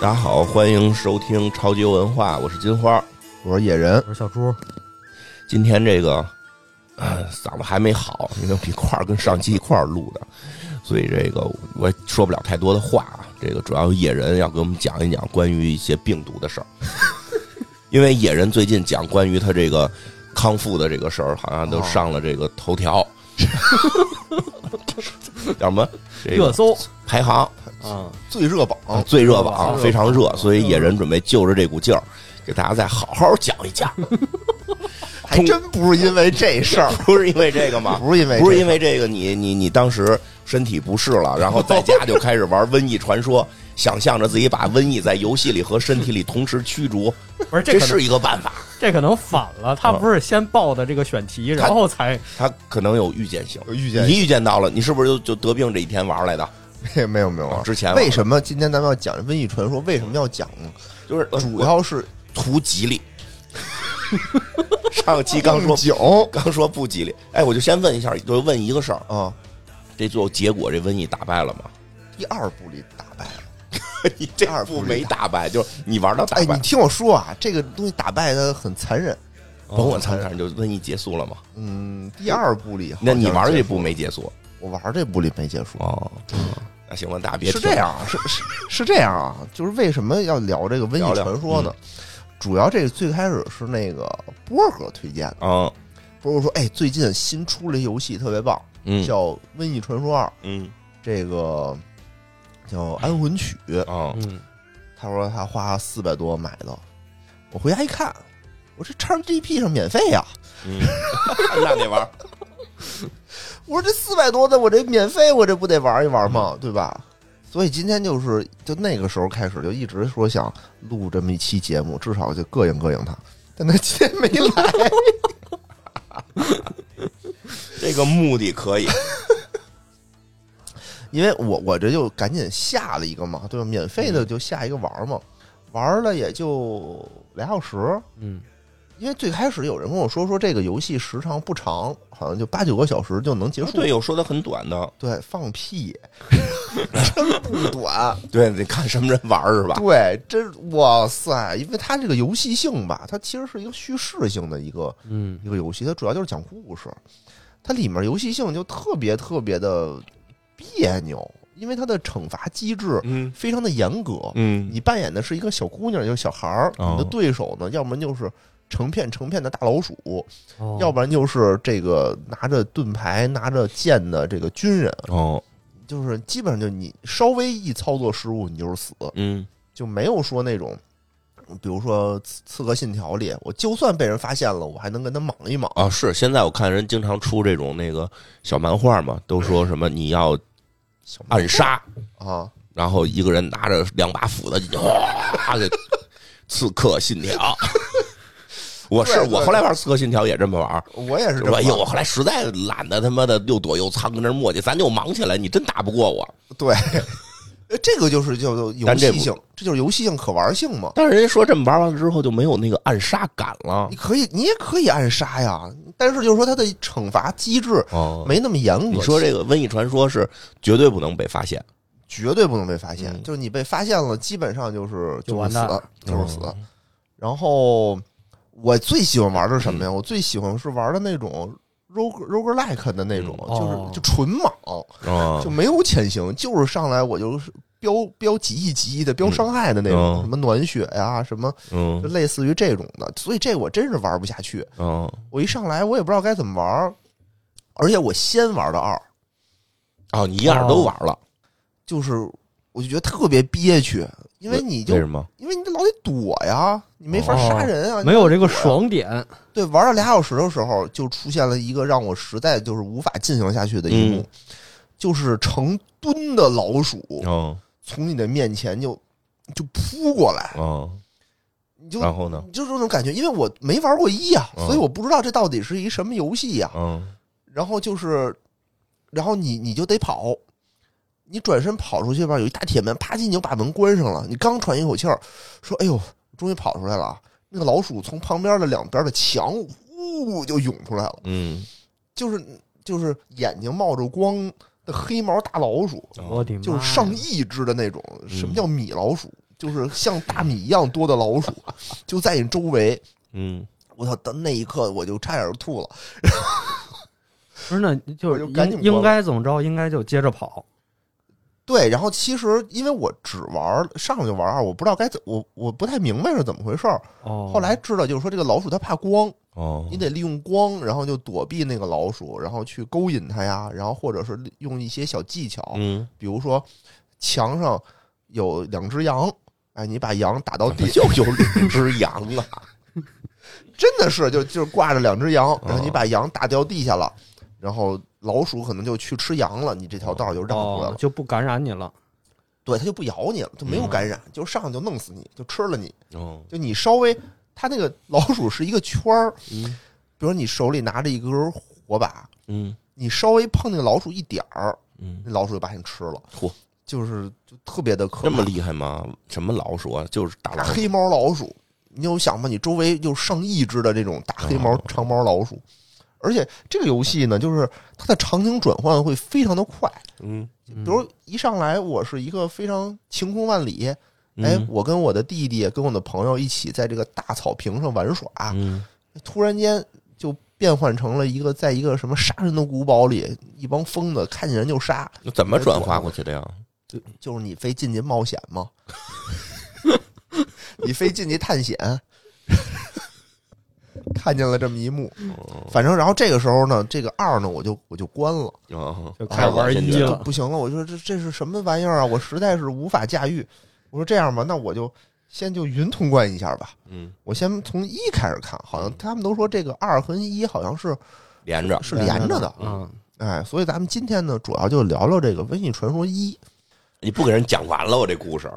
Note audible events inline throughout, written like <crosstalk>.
大家好，欢迎收听超级文化，我是金花。我是野人，我说小猪，今天这个、呃、嗓子还没好，因为我一块儿跟上期一块儿录的，所以这个我也说不了太多的话啊。这个主要野人要给我们讲一讲关于一些病毒的 <laughs> 事儿，因为野人最近讲关于他这个康复的这个事儿，好像都上了这个头 <laughs> 哦条，叫什么这热个搜排行。啊，最热榜、啊啊，最热榜哦非常热，所以野人准备就着这股劲儿，给大家再好好讲一讲，还真不是因为这事儿， <laughs> 不是因为这个吗？不是因为不是因为为这个，你你你当时身体不适了，然后在家就开始玩瘟疫传说，想象着自己把瘟疫在游戏里和身体里同时驱嗯逐，不是这这可能是一个办法，这可能反了，他不是先报的这个选题，他然后才它可能有预见性。有遇见你一遇见到了，你是不是就就得病这一天玩来的？没有 <laughs> 没有没有啊？之前玩嗯为什么今天咱们要讲瘟疫传说？为什么要讲呢？就是主要是图吉利。 <laughs> 上期刚说酒 <laughs> 刚说不吉利，哎，我就先问一下，就问一个事儿，啊，这最后结果这瘟疫打败了吗？第二部里打败了。 <laughs> 你这二步没打败，就是你玩到打哎，败你，听我说啊，这个东西打败的很残忍。甭管参不参，就瘟疫结束了嘛。嗯，第二部里好那像你玩这结步没结束束，我玩这部里没结束。哦？那行了，大家别是这样，啊，是是是这样啊，就是为什么要聊这个瘟聊疫聊嗯传说呢？主要这个最开始是那个波哥推荐的。啊，不是说，哎，最近新出了一游戏特别棒，嗯叫《瘟疫传说二》，嗯这个叫《安魂曲》。啊嗯，他说他花四百多买的，我回家一看，我这 XGP 上免费啊呀、嗯，那得玩我说这四百多的，我这免费，我这不得玩一玩吗？对吧？所以今天就是就那个时候开始就一直说想录这么一期节目，至少就膈应膈应他。但他今天没来，这个目的可以，因为我我这就赶紧下了一个嘛，对吧？免费嗯的就下一个玩嘛，玩了也就俩小时。嗯，因为最开始有人跟我说说这个游戏时长不长，好像就八九个小时就啊能结 <laughs> 束。对，有说的很短的，对放屁， <laughs> 真不 <laughs> 短。 <laughs> 对，得看什么人玩是吧？对，真哇塞！因为它这个游戏性吧，它其实是一个叙事性的一个嗯，一个游戏，它主要就是讲故事，它里面游戏性就特别特别的别扭，因为它的惩罚机制 <laughs> 嗯非常的严格。嗯你扮演的是一个小姑娘，就是小孩儿，哦你的对手呢，要不然就是成片成片的大老鼠，哦要不然就是这个拿着盾牌、拿着剑的这个军人，哦就是基本上就你稍微一操作失误，你就是死，嗯就没有说那种，比如说《刺刺客信条》里，我就算被人发现了，我还能跟他莽一莽。啊，是现在我看人经常出这种那个小漫画嘛，都说什么你要小暗杀，啊，然后一个人拿着两把斧子进去，哗给刺客信 <laughs> 条。我是对对我后来玩刺客信条也这么玩，我也是这说么哎干呦，我后来实在懒得他妈的又躲又藏，跟那儿磨叽，咱就忙起来，你真打不过我。 <laughs> 对，呃这个就是叫做游但这不戏性，这就是游戏性可玩性嘛。但是人家说这么玩完了之后就没有那个暗杀感了你。可以，你也可以暗杀呀，但是就是说它的惩罚机制哦，没那么严格。你说这个瘟疫传说是绝对不能被发现，绝对不能被发现，嗯就是你被发现了，基本上就是就就是完死蛋，嗯就是死。然后我最喜欢玩的是什嗯么呀？我最喜欢是玩的那种 rogue rogue like 的那种，嗯哦就是就纯莽，哦就没有潜行，就是上来我就是标标几亿几亿的标伤害的那种，嗯什么暖血呀、什么就嗯类似于这种的。所以这我真是玩不下去，哦我一上来我也不知道该怎么玩，而且我先玩的二，哦，你一样都玩了，就是我就觉得特别憋屈，因为你就为什么？哦因为你老得躲呀，你没法杀人啊，没有这个爽。爽点，对，玩了俩小时的时候，就出现了一个让我实在就是无法进行下去的一幕，嗯就是成吨的老鼠哦从你的面前就就扑过来，哦，你就然后呢？你就这种感觉，因为我没玩过一啊，嗯所以我不知道这到底是一什么游戏啊呀、嗯然后就是，然后你你就得跑，你转身跑出去吧，有一大铁门，啪叽你就把门关上了。你刚喘一口气儿，说：“哎呦，终于跑出来了啊！”那个老鼠从旁边的两边的墙呜就涌出来了，嗯，就是就是眼睛冒着光的黑毛大老鼠，哦我的妈呀，嗯就是上亿只的那种。什么叫米老鼠？就是像大米一样多的老鼠，就在你周围。嗯，我操！到那一刻我就差点吐了。不是那就我是就赶紧应关了应该怎么着？应该就接着跑。对，然后其实因为我只玩上来就玩啊二，我不知道该怎我我不太明白是怎么回事儿。哦，后来知道就是说这个老鼠它怕光，哦，你得利用光，然后就躲避那个老鼠，然后去勾引它呀，然后或者是利用一些小技巧，嗯，比如说墙上有两只羊，哎，你把羊打到地，就 <laughs> 有两只羊啊，真的是就就是挂着两只羊，然哦后你把羊打掉地下了，然后老鼠可能就去吃羊了，你这条道就让出来哦了，就不感染你了。对，它就不咬你了，就没有嗯感染，就上来就弄死你，就吃了你，哦，就你稍微，它那个老鼠是一个圈儿，嗯比如你手里拿着一根火把，嗯你稍微碰那个老鼠一点儿，嗯，那老鼠就把你吃了，嚯，就是就特别的可怕，这么厉害吗？什么老鼠啊？就是大大老鼠，黑毛老鼠，你有想吗？你周围有上亿只的这种大黑毛哦长毛老鼠，而且这个游戏呢，就是它的场景转换会非常的快，嗯，比比如一上来我是一个非常晴空万里，嗯哎，我跟我的弟弟跟我的朋友一起在这个大草坪上玩耍，嗯突然间就变换成了一个在一个什么杀人的古堡里，一帮疯子看见人就杀，那怎么转化过去的呀？就是你非进去冒险吗？ <laughs> 你非进去探险， <laughs> 看见了这么一幕。哦反正，然后这个时候呢，这个二呢，我就我就关了，哦，就开始玩一就了。不行了。我说这这是什么玩意儿啊？我实在是无法驾驭。我说这样吧，那我就先就云通关一下吧。嗯，我先从一开始看，好像他们都说这个二和一好像是连着，是连着的。嗯，哎，所以咱们今天呢，主要就聊聊这个《瘟疫传说一》你不给人讲完了，我这故事，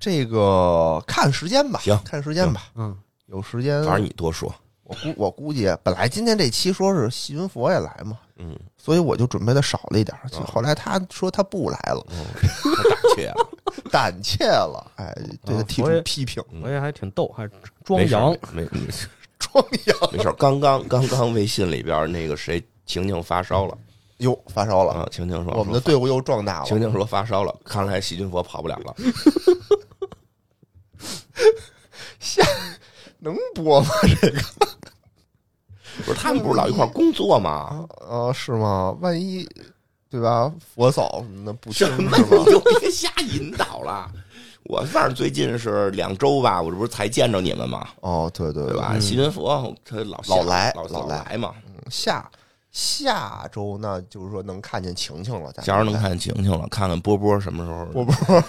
这个，看时间吧，行看时间吧，嗯，有时间反正你多说，我估我估计，本来今天这期说是西云佛也来嘛，嗯，所以我就准备的少了一点儿。哦后来他说他不来了，哦太胆怯了，胆怯了，啊哎， <laughs> 对他哦提佛出爷批评。嗯我也还挺逗，还装没事羊。，没没事壮阳，没事，刚刚刚刚微信里边那个谁晴晴发烧了哟，发烧了，啊，晴晴说哦我们的队伍又壮大晴了。晴说发烧了，看来细菌佛跑不了了，能播吗？不是他们不是老一块儿工作吗？啊，是吗？万一对吧？佛嫂什么的不什听么是你吗？就别瞎引导了。我反正最近是两周吧，我这不是才见着你们嘛，哦，对对对吧？细菌佛他老老来老老来来嘛，嗯下下周那就是说能看见晴晴了，咱下周能看晴晴了，看看波波什么时候波波波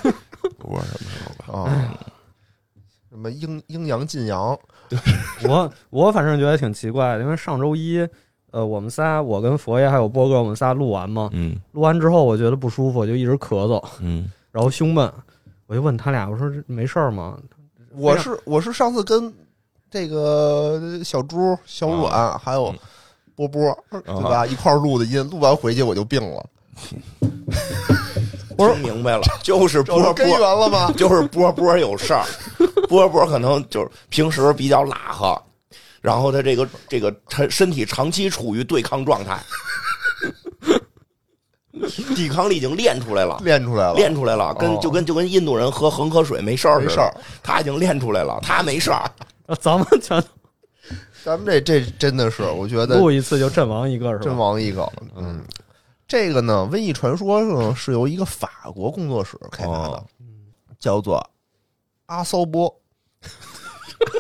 波什么时候吧。啊，什么阴阴阳尽阳，我我反正觉得挺奇怪的，因为上周一，呃，我们仨，我跟佛爷还有波哥，我们仨录完嘛，嗯录完之后我觉得不舒服，就一直咳嗽，嗯，然后胸闷，我就问他俩，我说这没事儿吗？我是我是上次跟这个小猪、小阮、还有波波，对吧？一块儿录的音，录完回去我就病了，我听明白了，就是找波到根源波，了吗？就是波波有事儿，波波可能就是平时比较拉哈，然后他这个这个他身体长期处于对抗状 <laughs> 态，抵抗力已经练出来了。 <laughs> 练出来了，练出来了，跟哦就跟就跟印度人喝恒河水没事儿似的没事儿，他已经练出来了，他没事儿。 <laughs> 啊咱们全咱们这这真的是，我觉得录一次就阵亡一个是吧？阵亡一个，嗯。这个呢，《瘟疫传说》呢是由一个法国工作室开发的哦，叫做阿骚波。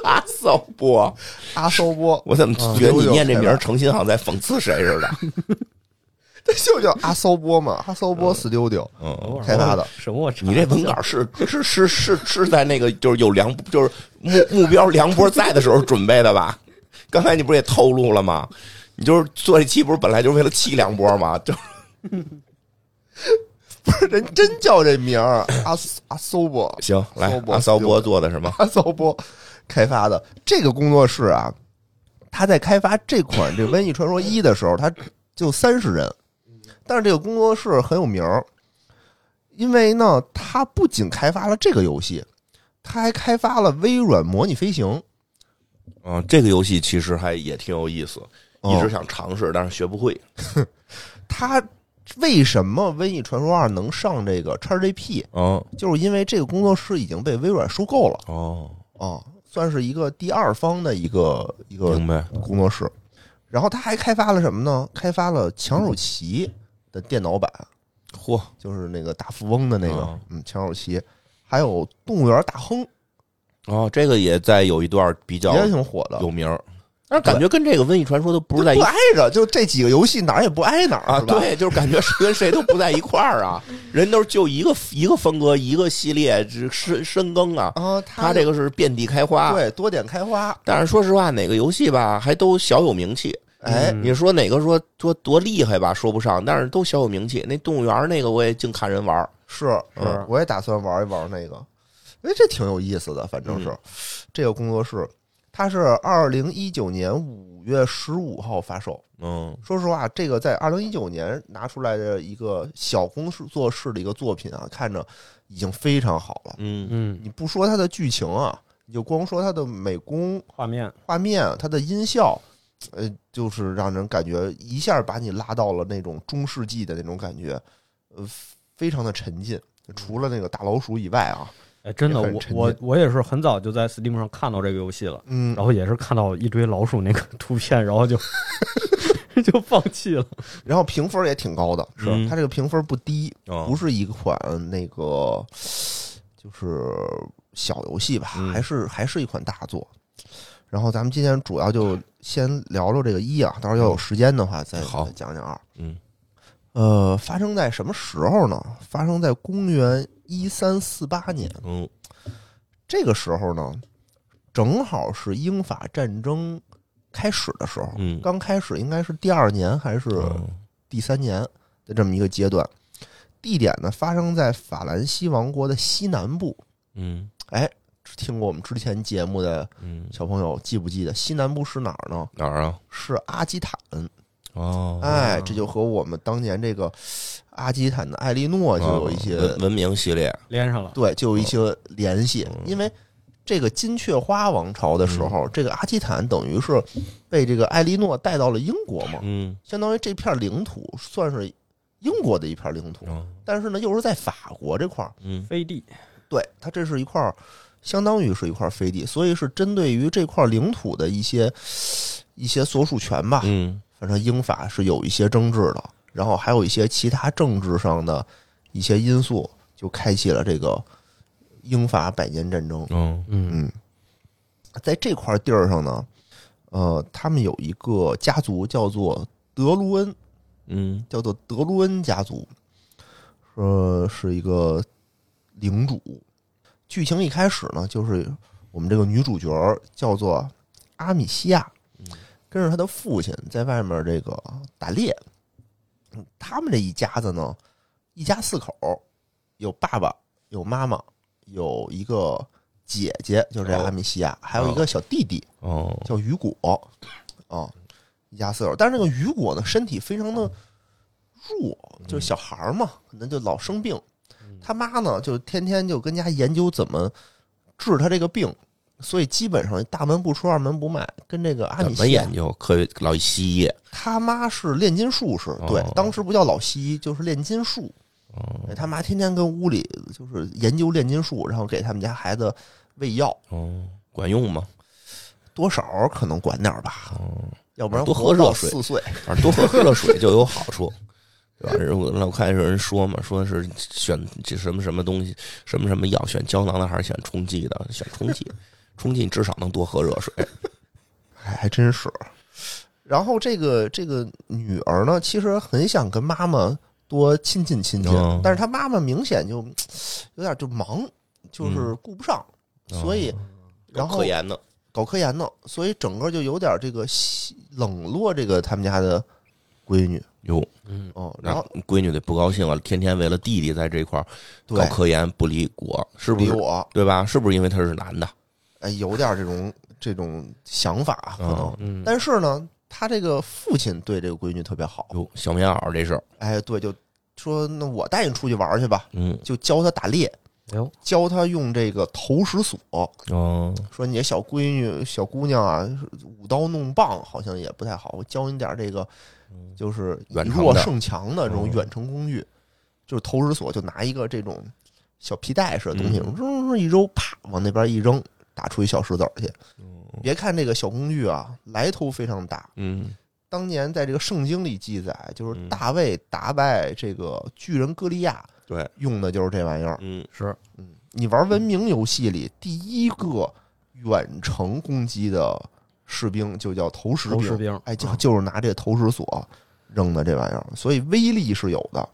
阿啊骚波，阿骚波，我怎么嗯觉得你念这名有有儿诚心好像在讽刺谁似 <laughs> 的？这就叫阿骚波嘛，阿骚波 studio。嗯，偶尔开发的什么我查你这文稿是是是是是在那个就是有梁就是目目标梁波在的时候准备的吧？刚才你不是也透露了吗？你就是做这期不是本来就是为了气梁波吗？ <laughs> 就不是 <laughs> 人真叫这名儿，阿斯阿搜波，行，来骚波阿骚波做的什么？阿骚波开发的这个工作室啊，他在开发这款这《瘟疫传说一》的时候，他就三十人，但是这个工作室很有名儿，因为呢，他不仅开发了这个游戏，他还开发了微软模拟飞行，嗯，这个游戏其实还也挺有意思，一直嗯想尝试，但是学不会。他为什么《瘟疫传说二》能上这个 XGP，嗯，就是因为这个工作室已经被微软收购了哦，啊，算是一个第二方的一个一个明白，工作室。然后他还开发了什么呢？开发了强手棋的电脑版，嚯，就是那个大富翁的那个啊，嗯，强手棋，还有动物园大亨哦，这个也在有一段比较也挺火的，有名儿，但是感觉跟这个瘟疫传说都不是在一不挨着，就这几个游戏哪儿也不挨哪儿啊，是吧对，就是感觉是跟谁都不在一块儿 <laughs> 啊，人都是就一个一个风格一个系列，只深深耕啊，啊，他他这个啊是遍地开花。对多点开花，但是说实话，哪个游戏吧，还都小有名气。哎，嗯你说哪个说说多厉害吧，说不上，但是都小有名气。那动物园那个我也净看人玩儿，是，嗯我也打算玩一玩那个，哎，这挺有意思的，反正是、嗯这个工作室，它是二零一九年五月十五号发售。嗯说实话，这个在二零一九年拿出来的一个小工作室的一个作品啊，看着已经非常好了。嗯嗯，你不说它的剧情啊，你就光说它的美工、画面画面、啊它的音效，呃，就是让人感觉一下把你拉到了那种中世纪的那种感觉，呃，非常的沉浸。除了那个大老鼠以外啊，哎，真的，也很我沉浸我我也是很早就在 Steam 上看到这个游戏了，嗯哦然，后也是看到一堆老鼠那个图片，然后 <laughs> 就 <laughs> 就放弃了。然后评分也挺高的，是嗯它这个评分不低，哦不是一款那个就是小游戏吧，嗯还是还是一款大作。然后咱们今天主要哎就先聊聊这个一啊，到时候要有时间的话再好再讲讲二。嗯呃，发生在什么时候呢？发生在公元一三四八年，嗯这个时候呢，正好是英法战争开始的时候，嗯刚开始应该是第二年还是第三年的这么一个阶段。地点呢发生在法兰西王国的西南部。嗯哎，听过我们之前节目的嗯，小朋友记不记得西南部是哪儿呢？哪儿啊？是阿基坦。哦哎，这就和我们当年这个阿基坦的艾莉哦诺就有一些、文文明系列，连上了，对，就有一些联系，嗯因为。这个金雀花王朝的时候，这个阿基坦等于是被这个艾莉诺带到了英国嘛，嗯相当于这片领土算是英国的一片领土，哦但是呢，又是在法国这块儿，嗯飞地，对，它这是一块儿，相当于是一块飞地，所以是针对于这块领土的一些一些所属权吧。嗯反正英法是有一些争执的，然后还有一些其他政治上的一些因素，就开启了这个英法百年战争。嗯嗯嗯，在这块地儿上呢，呃，他们有一个家族叫做德卢恩嗯叫做德卢恩家族，呃，是一个领主。剧情一开始呢，就是我们这个女主角叫做阿米西亚，嗯跟着她的父亲在外面这个打猎。嗯他们这一家子呢，一家四口，有爸爸，有妈妈，有一个姐姐，就是这哦阿米西亚，还有一个小弟弟，哦叫雨果啊，一家四口。但是这个雨果呢，身体非常的弱，就是小孩儿嘛，可能就老生病。嗯他妈呢，就天天就跟家研究怎么治他这个病，所以基本上大门不出二门不迈，跟这个阿怎米么西亚研究科学老西医？他妈是炼金术士，对哦，当时不叫老西医，就是炼金术。哦哎他妈天天跟屋里就是研究炼金术，然后给他们家孩子喂药，哦，管用吗？多少可能管点儿吧，哦，要不然多喝活不到热水四岁，反正多喝热水就有好处，对吧？如果老看有人说嘛，说是选这什么什么东西，什么什么药，选胶囊的还是选冲剂的？选冲剂，冲剂你至少能多喝热水。哎还还真是。然后这个这个女儿呢，其实很想跟妈妈多亲近亲近，嗯但是她妈妈明显就有点就忙，嗯就是顾不上，哦所以然后科研呢？搞科研呢，所以整个就有点这个西冷落这个他们家的闺女哟，嗯，哦。那然后闺女得不高兴了，天天为了弟弟在这块儿搞对，哎科研不离国，是不比是？我对吧？是不是因为他是男的？哎有点这种这种想法啊可能，嗯，嗯，但是呢，她这个父亲对这个闺女特别好，哟，小棉袄这事儿，哎，对，就说那我带你出去玩去吧，嗯就教她打猎。哎呦，教她用这个投石锁，哦，说你这小闺女、小姑娘啊，舞刀弄棒好像也不太好，我教你点这个，就是以嗯远程弱的胜强的这种嗯远程工具，就是投石锁，就拿一个这种小皮带似的东西，嗯扔扔一扔，啪往那边一扔，打出一小石子儿去。别看这个小工具啊，来头非常大。嗯，当年在这个圣经里记载，就是嗯大卫打败这个巨人歌利亚，对，用的就是这玩意儿。嗯，是嗯，你玩文明游戏里第一个远程攻击的士兵就叫投石投石兵，哎，就啊就是拿这投石锁扔的这玩意儿，所以威力是有的。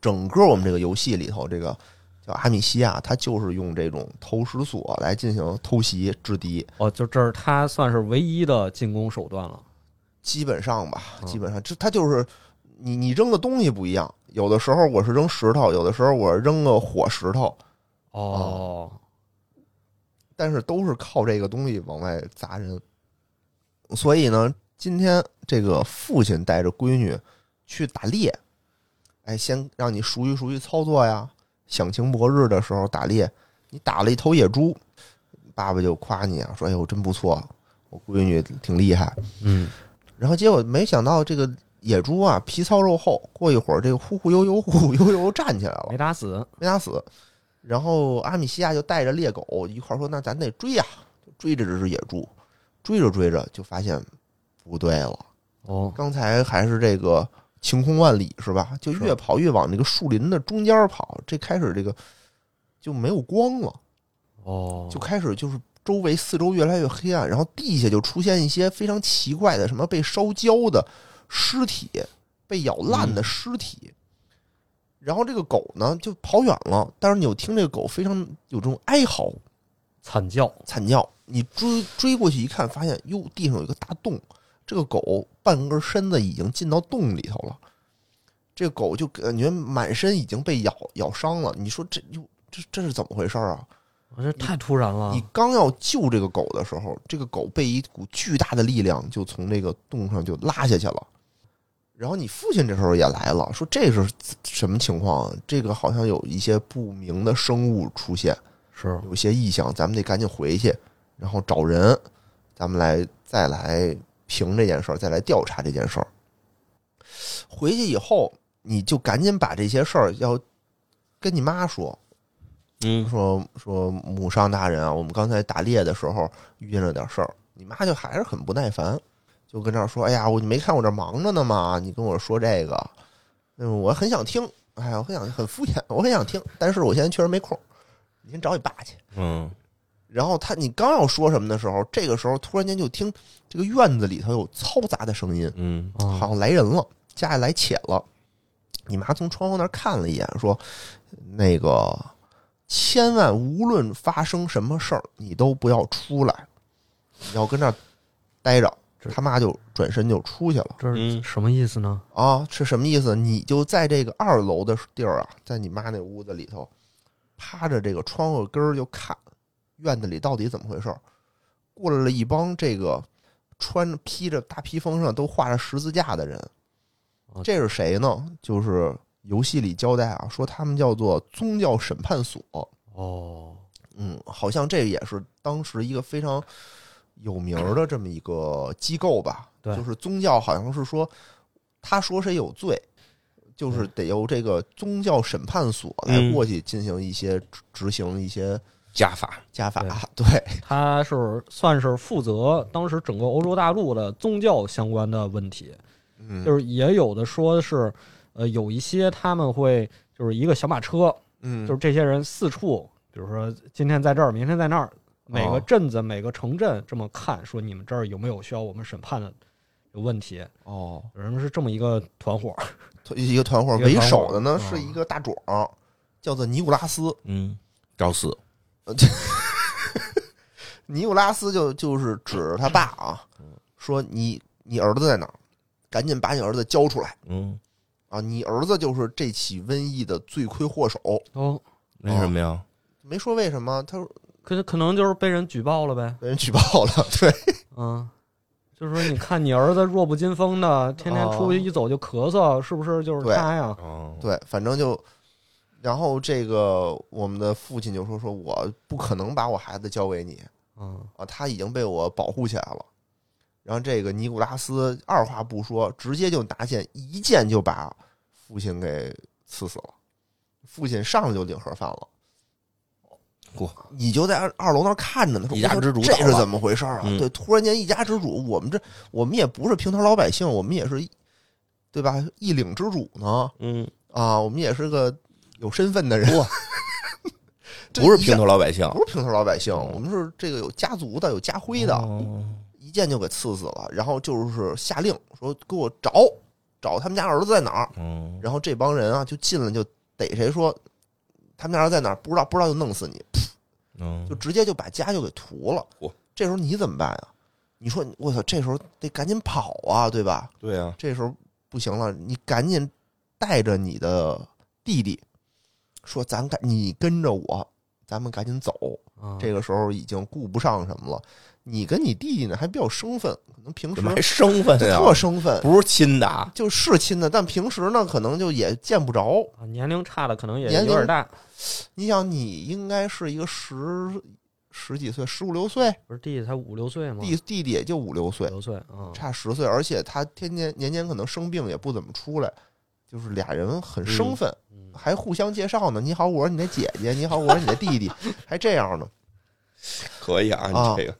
整个我们这个游戏里头，这个叫阿米西亚，他就是用这种投石锁来进行偷袭制敌，哦，就这是他算是唯一的进攻手段了。基本上吧，嗯基本上这他就是你你扔的东西不一样，有的时候我是扔石头，有的时候我扔个火石头，哦，但是都是靠这个东西往外砸人。所以呢，今天这个父亲带着闺女去打猎，哎，先让你熟悉熟悉操作呀。响晴博日的时候打猎，你打了一头野猪，爸爸就夸你啊，说：“哎呦，真不错，我闺女挺厉害。嗯，”然后结果没想到这个野猪啊，皮糙肉厚，过一会儿这个忽忽悠悠、忽忽悠悠站起来了没，打死，没打死。然后阿米西亚就带着猎狗一块儿说：“那咱得追呀、追着这只野猪，追着追着就发现不对了。哦，刚才还是这个晴空万里是吧？就是越跑越往那个树林的中间跑。这开始这个就没有光了，哦，就开始就是周围四周越来越黑暗，然后地下就出现一些非常奇怪的什么被烧焦的尸体，被咬烂的尸体。然后这个狗呢就跑远了，但是你又听这个狗非常有这种哀嚎惨叫，惨叫，你追追过去一看，发现哟地上有一个大洞，这个狗半根身子已经进到洞里头了，这个狗就感觉满身已经被咬咬伤了。你说这哟这这是怎么回事儿啊？我这太突然了你。刚要救这个狗的时候，这个狗被一股巨大的力量就从这个洞上就拉下去了。然后你父亲这时候也来了，说这是什么情况啊？这个好像有一些不明的生物出现，是有些异响，咱们得赶紧回去，然后找人，咱们来再来评这件事儿，再来调查这件事儿。回去以后，你就赶紧把这些事儿要跟你妈说，嗯，说说母上大人啊，我们刚才打猎的时候遇见了点事儿，你妈就还是很不耐烦，就跟这儿说：“哎呀，我你没看我这忙着呢吗？你跟我说这个，嗯，我很想听，哎呀，我很想很敷衍，我很想听，但是我现在确实没空，你先找你爸去。”嗯，然后他你刚要说什么的时候，这个时候突然间就听这个院子里头有嘈杂的声音，嗯，啊，好像来人了，家里来且了。你妈从窗户那儿看了一眼，说：“那个，千万无论发生什么事儿，你都不要出来，你要跟这儿待着。”这他妈就转身就出去了这是嗯什么意思呢？啊！是什么意思？你就在这个二楼的地儿啊，在你妈那屋子里头，趴着这个窗户根儿就看院子里到底怎么回事儿。过来了一帮这个穿着披着大披风上都画着十字架的人，啊这是谁呢？就是游戏里交代啊，说他们叫做宗教审判所。哦，嗯，好像这也是当时一个非常有名儿的这么一个机构吧。 <clears throat> 对就是宗教好像是说，他说谁有罪，就是得由这个宗教审判所来嗯过去进行一些执执行一些加法，加法。对， <laughs> <laughs> 他是算是负责当时整个欧洲大陆的宗教相关的问题，嗯，就是也有的说是，呃，有一些他们会就是一个小马车，嗯，就是这些人四处，比如说今天在这儿，明天在那儿，每哦个镇子、每个城镇这么看，说你们这儿有没有需要我们审判的问题，哦，有人是这么一个团伙，一个团伙一个为团伙首的呢嗯是一个大壮，叫做尼古拉斯。嗯，赵四，尼古拉斯就就是指着他爸啊，嗯说你你儿子在哪儿？赶紧把你儿子交出来。嗯，啊，你儿子就是这起瘟疫的罪魁祸首。哦，为什么呀？没说为什么，他说可可能就是被人举报了呗，被人举报了。对，嗯，就是说，你看你儿子弱不禁风 <laughs> 哦的，天天出去一走就咳嗽，是不是就是他呀？哦，对，反正就然后这个我们的父亲就说：“说我不可能把我孩子交给你嗯啊，他已经被我保护起来了。”然后这个尼古拉斯二话不说，直接就拿剑一剑就把父亲给刺死了。父亲上来就领盒饭了，嚯！你就在二二楼那儿看着呢，说一家之主这倒是了怎么回事儿啊？嗯对，突然间一家之主，我们这我们也不是平头老百姓，我们也是一，对吧？一领之主呢，嗯，啊，我们也是个有身份的人， <laughs> 这不是一平头老百姓不是平头老百姓，嗯我们是这个有家族的、有家徽的，哦一剑就给刺死了。然后就是下令说给我找找他们家儿子在哪儿。嗯，然后这帮人啊就进来就逮谁说他们家儿子在哪儿不知道，不知道就弄死你，嗯就直接就把家就给屠了嚯。这时候你怎么办呀、你说我操，这时候得赶紧跑啊，对吧？对啊，这时候不行了，你赶紧带着你的弟弟，说咱赶你跟着我，咱们赶紧走。啊这个时候已经顾不上什么了，你跟你弟弟呢还比较生分，可能平时怎么还生分啊就呀？特生分，不是亲的啊，就是亲的，但平时呢可能就也见不着。啊年龄差的可能也年有龄点大，你想，你应该是一个十十几岁、十五六岁，不是弟弟才五六岁吗？弟弟弟也就五六五岁，哦六岁啊，差十岁，而且他天天年年可能生病也不怎么出来，就是俩人很生分。嗯还互相介绍呢。你好，我是你的姐姐；你好，我是你的弟弟， <laughs> 还这样呢。可以啊，啊你这个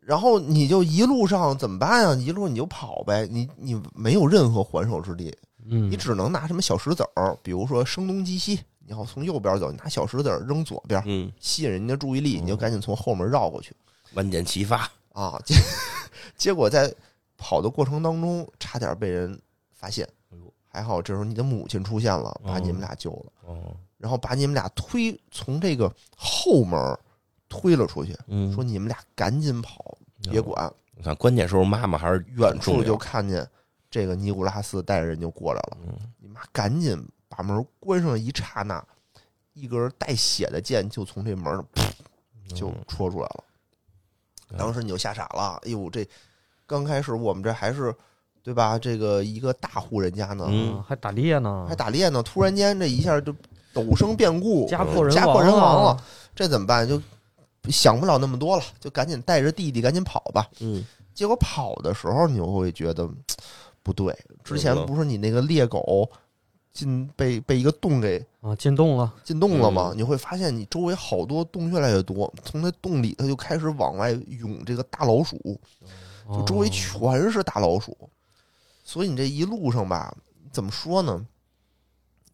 然后你就一路上怎么办啊？一路你就跑呗，你你没有任何还手之力，嗯，你只能拿什么小石子儿，比如说声东击西，你要从右边走，你拿小石子儿扔左边，嗯，哦吸引人家注意力，你就赶紧从后门绕过去万箭齐发，啊。结 <laughs> 结果在跑的过程当中，差点被人发现哎呦，还好这时候你的母亲出现了，把你们俩救了。哦，然后把你们俩推从这个后门儿推了出去，嗯哦说你们俩赶紧跑，别管。你看，关键时候妈妈还是远处重就要看见这个尼古拉斯带着人就过来了，嗯你妈赶紧把门关上，一刹那，一根带血的剑就从这门儿噗就戳出来了。嗯当时你就吓傻了，哎呦，这刚开始我们这还是对吧？这个一个大户人家呢，嗯啊还打猎呢，还打猎呢，突然间这一下就陡生变故，嗯家破人家破人亡亡了，这怎么办？就想不了那么多了，就赶紧带着弟弟赶紧跑吧。嗯结果跑的时候，你就会觉得不对。之前怎么了不是你那个猎狗进被被一个洞给啊，进洞了，进洞了嗯吗？你会发现你周围好多洞越来越多，从那洞里它就开始往外涌这个大老鼠，就周围哦全是大老鼠。所以你这一路上吧，怎么说呢？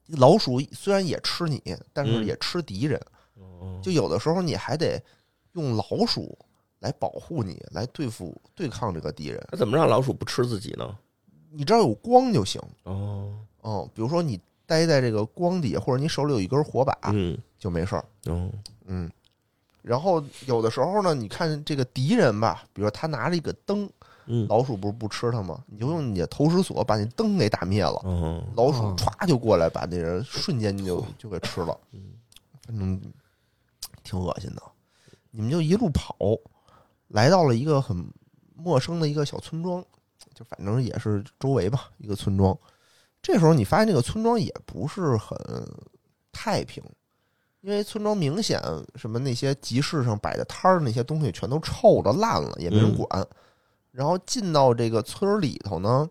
老鼠虽然也吃你，但是嗯也吃敌人。嗯，就有的时候你还得用老鼠来保护你，来对付对抗这个敌人。他怎么让老鼠不吃自己呢？你只要有光就行，哦，嗯，比如说你待在这个光底下，或者你手里有一根火把、嗯就没事儿，嗯嗯。然后有的时候呢，你看这个敌人吧，比如说他拿着一个灯，嗯老鼠不是不吃它吗？你就用你的投石索把你灯给打灭了，嗯老鼠哦歘就过来把那人瞬间就就给吃了。嗯，挺恶心的。你们就一路跑，来到了一个很陌生的一个小村庄，就反正也是周围吧，一个村庄。这时候你发现这个村庄也不是很太平，因为村庄明显什么那些集市上摆的摊儿那些东西全都臭了烂了，也没人嗯管。然后进到这个村儿里头呢，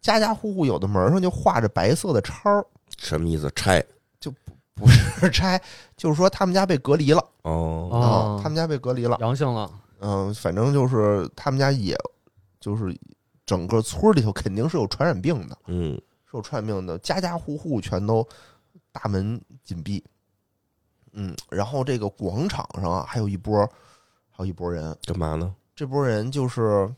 家家户户有的门儿上就画着白色的叉儿， <laughs> 什么意思？拆不是拆，就是说他们家被隔离了。哦啊哦，他们家被隔离了。阳性了，嗯、反正就是他们家也，就是整个村儿里头肯定是有传染病的，嗯是有传染病的，家家户户全都大门紧闭。嗯，然后这个广场上啊，还有一波，还有一波人，干嘛呢？这波人就是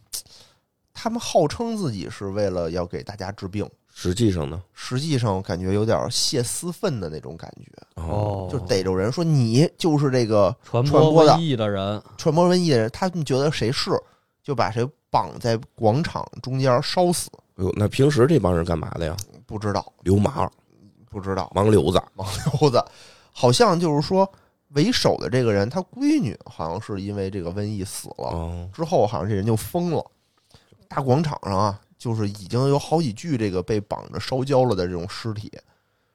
他们号称自己是为了要给大家治病，实际上呢？实际上感觉有点泄私愤的那种感觉，哦，就逮着人说你就是这个传传播播的瘟疫的人，传播瘟疫的人，他们觉得谁是，就把谁绑在广场中间烧死。哎呦，那平时这帮人干嘛的呀？不知道，流氓、不知道，盲流子，盲流子，好像就是说为首的这个人，他闺女好像是因为这个瘟疫死了，哦，之后好像这人就疯了。大广场上啊，就是已经有好几具这个被绑着烧焦了的这种尸体，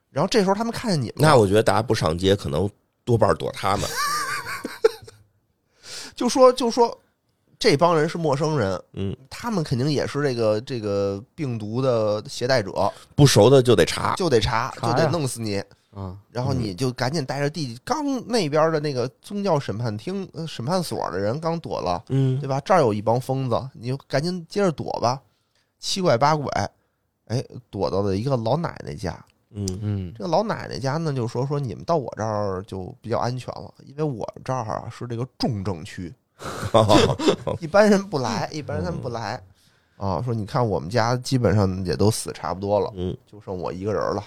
然后这时候他们看见你们了，那我觉得大家不上街，可能多半躲他们。就说就说这帮人是陌生人，嗯，他们肯定也是这个这个病毒的携带者，不熟的就得查，就得查，啊查就呀得弄死你。啊，然后你就赶紧带着弟弟，刚那边的那个宗教审判厅、呃审判所的人刚躲了，嗯对，吧？这儿有一帮疯子，你就赶紧接着躲吧。七拐八拐，哎，躲到了一个老奶奶家。嗯嗯这个老奶奶家呢，就说说你们到我这儿就比较安全了，因为我这儿啊是这个重症区，嗯哦一般人不来，一般人他们不来。啊，说你看我们家基本上也都死差不多了， <laughs> 嗯就剩我一个人了。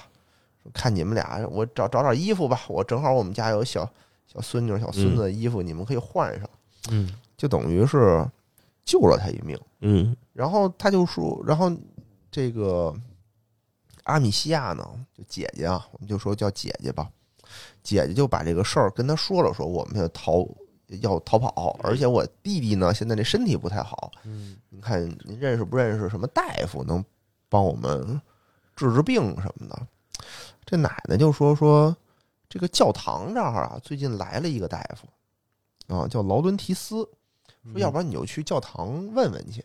说看你们俩，我找找点衣服吧，我正好我们家有小小孙女、小孙子的衣服，你们可以换上，嗯就等于是救了他一命。嗯然后他就说，然后这个阿米西亚呢，就姐姐啊，我们就说叫姐姐吧，姐姐就把这个事儿跟他说了说，我们要逃要逃跑，而且我弟弟呢现在这身体不太好，嗯您看您认识不认识什么大夫能帮我们治治病什么的？这奶奶就说说这个教堂这儿啊，最近来了一个大夫啊，叫劳伦提斯，嗯说要不然你就去教堂问问去。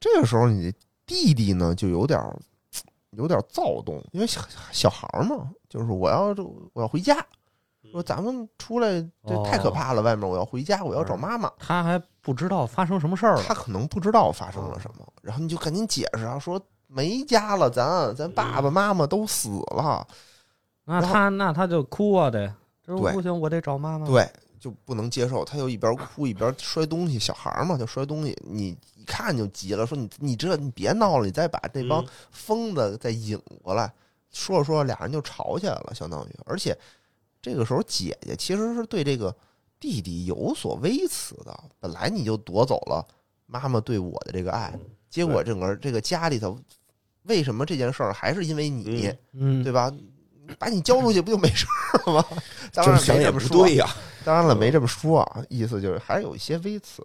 这个时候你弟弟呢就有点儿有点儿躁动，因为小小孩儿嘛，就是我要我要回家，说咱们出来这太可怕了，外面我要回家，我要找妈妈。他还不知道发生什么事儿了，他可能不知道发生了什么，然后你就赶紧解释啊，说没家了，咱咱爸爸妈妈都死了，那然后他那他就哭啊得，这对不行，我得找妈妈。，对，就不能接受。他就一边哭一边摔东西，小孩儿嘛就摔东西，你一看就急了，说你你这你别闹了，你再把这帮嗯疯子再引过来。说着说着，俩人就吵起来了，相当于，而且这个时候姐姐其实是对这个弟弟有所微词的，本来你就夺走了妈妈对我的这个爱，结果整个这个家里头，为什么这件事儿还是因为你，嗯嗯，对吧？把你交出去不就没事儿了吗？ <laughs> 当这然想没也这不么说，对呀，当然了没这么说啊，意思就是还是有一些微词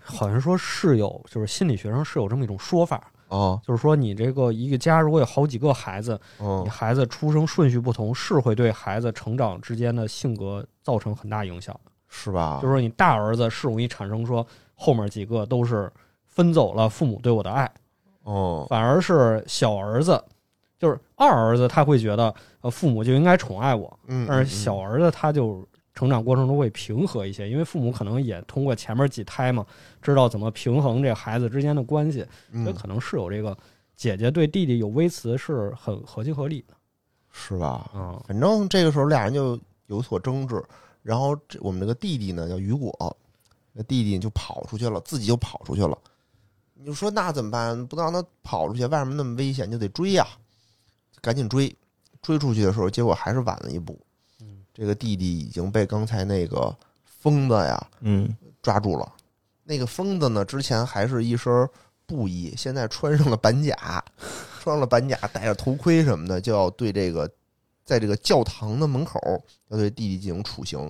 好像说是有，就是心理学上是有这么一种说法，哦，就是说你这个一个家如果有好几个孩子，你嗯孩子出生顺序不同，是会对孩子成长之间的性格造成很大影响。是吧？就是说你大儿子是容易产生说后面几个都是分走了父母对我的爱，哦，反而是小儿子，就是二儿子他会觉得呃父母就应该宠爱我，嗯，但是小儿子他就成长过程中会平和一些，因为父母可能也通过前面几胎嘛，知道怎么平衡这孩子之间的关系，嗯所以可能是有这个姐姐对弟弟有微词是很合情合理的是吧？啊。反正这个时候俩人就有所争执，然后这我们这个弟弟呢叫雨果，那弟弟就跑出去了，自己就跑出去了。你就说那怎么办？不能让他跑出去，外面那么危险，就得追呀、赶紧追！追出去的时候，结果还是晚了一步。嗯这个弟弟已经被刚才那个疯子呀嗯抓住了。那个疯子呢，之前还是一身布衣，现在穿上了板甲， <laughs> 穿上了板甲，戴着头盔什么的，就要对这个在这个教堂的门口要对弟弟进行处刑。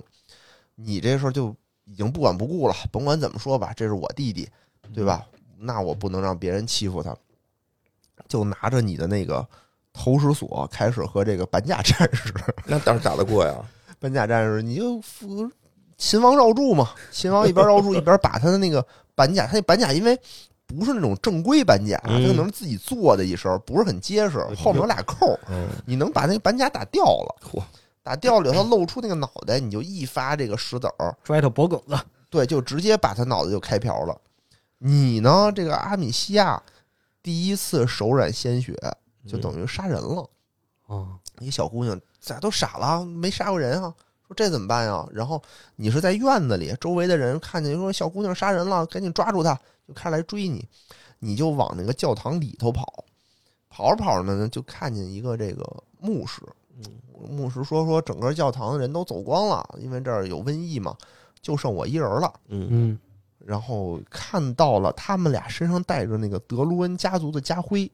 你这时候就已经不管不顾了，甭管怎么说吧，这是我弟弟，对吧？那我不能让别人欺负他，就拿着你的那个投石锁开始和这个板甲战士那当然打得过呀，本甲战士，你就扶秦王绕柱嘛，秦王一边绕柱一边把他的那个板甲，他那板甲因为不是那种正规板甲，他嗯可能是自己做的一身，不是很结实，后面有俩扣，嗯，你能把那个板甲打掉了，嚯，打掉了以后露出那个脑袋，你就一发这个石子儿，拽他脖梗子，对，就直接把他脑袋就开瓢了。你呢，这个阿米西亚第一次手染鲜血， <laughs> 就嗯等于杀人了。啊，一小姑娘，咱都傻了，没杀过人啊，说这怎么办呀？然后你是在院子里，周围的人看见说小姑娘杀人了，赶紧抓住她，就开始来追你，你就往那个教堂里头跑，跑着跑着呢，就看见一个这个牧师，牧师说说整个教堂的人都走光了，因为这儿有瘟疫嘛，就剩我一人了。嗯嗯然后看到了他们俩身上带着那个德卢恩家族的家徽，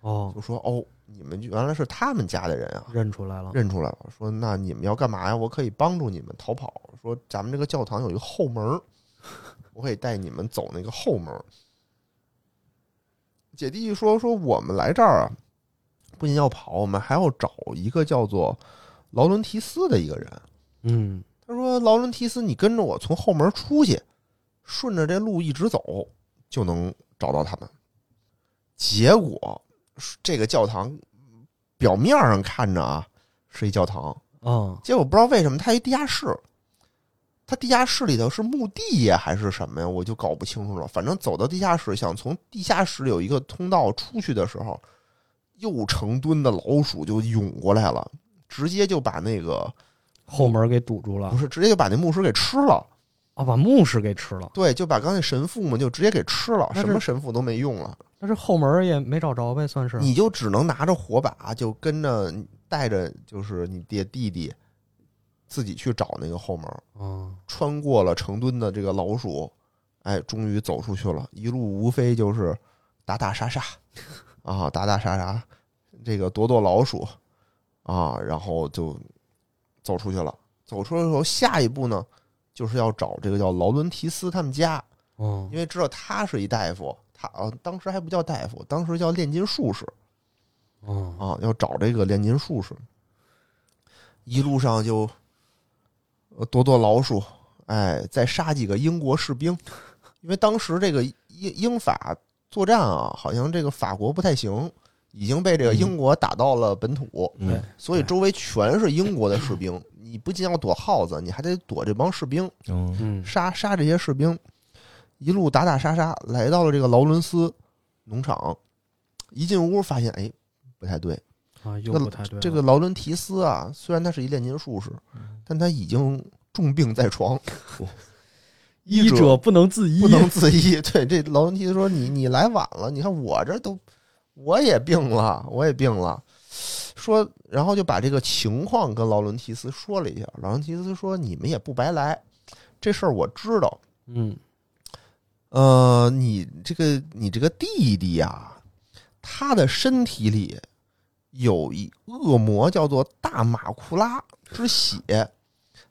哦，就说哦，你们原来是他们家的人啊。认出来了，认出来了，说那你们要干嘛呀？我可以帮助你们逃跑。说咱们这个教堂有一个后门儿，我可以带你们走那个后门儿。姐弟一说说我们来这儿啊，不仅要跑，我们还要找一个叫做劳伦提斯的一个人。嗯他说：“劳伦提斯，你跟着我从后门出去，顺着这路一直走，就能找到他们。”结果，这个教堂表面上看着啊是一教堂，啊结果不知道为什么它一地下室，它地下室里头是墓地呀还是什么呀，我就搞不清楚了。反正走到地下室，想从地下室有一个通道出去的时候，又成吨的老鼠就涌过来了，直接就把那个后门给堵住了不，是直接就把那牧师给吃了。啊，把牧师给吃了，对，就把刚才神父嘛，就直接给吃了，那什是么神父都没用了，但是后门也没找着呗，算是。啊你就只能拿着火把，就跟着带着就是你爹弟弟自己去找那个后门，啊，穿过了成吨的这个老鼠，哎，终于走出去了，一路无非就是打打杀杀啊，打打杀杀，这个躲躲老鼠啊，然后就走出去了。走出去的时候，下一步呢，就是要找这个叫劳伦提斯他们家，哦因为知道他是一大夫，他啊当时还不叫大夫，当时叫炼金术士哦，啊，要找这个炼金术士。一路上就呃躲躲老鼠，哎，再杀几个英国士兵，因为当时这个英英法作战啊，好像这个法国不太行，已经被这个英国打到了本土，嗯所以周围全是英国的士兵。你不仅要躲耗子，你还得躲这帮士兵。嗯嗯杀杀这些士兵，一路打打杀杀，来到了这个劳伦斯农场。一进屋发现，哎，不太对，啊，嗯又那不太对了，这个劳伦提斯啊，虽然他是一炼金术士，但他已经重病在 <laughs> 床，医者不能自医，不能自医。对，这劳伦提斯说：“你你来晚了，你看我这都，我也病了，我也病了。”说，然后就把这个情况跟劳伦提斯说了一下。劳伦提斯说：“你们也不白来，这事儿我知道，嗯呃，你这个你这个弟弟呀、他的身体里有一恶魔叫做大马库拉之血，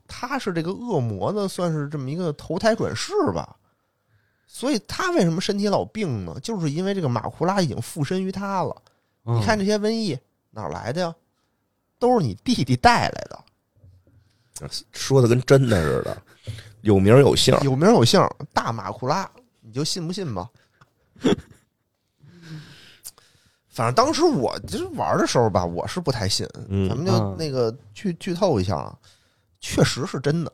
他是这个恶魔呢，算是这么一个投胎转世吧。所以他为什么身体老病呢？就是因为这个马库拉已经附身于他了。嗯，你看这些瘟疫哪儿来的呀？都是你弟弟带来的。说的跟真的似的，有名有姓。有名有姓，大马库拉，你就信不信吧？反正当时我就是玩的时候吧，我是不太信。嗯咱们就嗯那个剧剧透一下啊，确实是真的，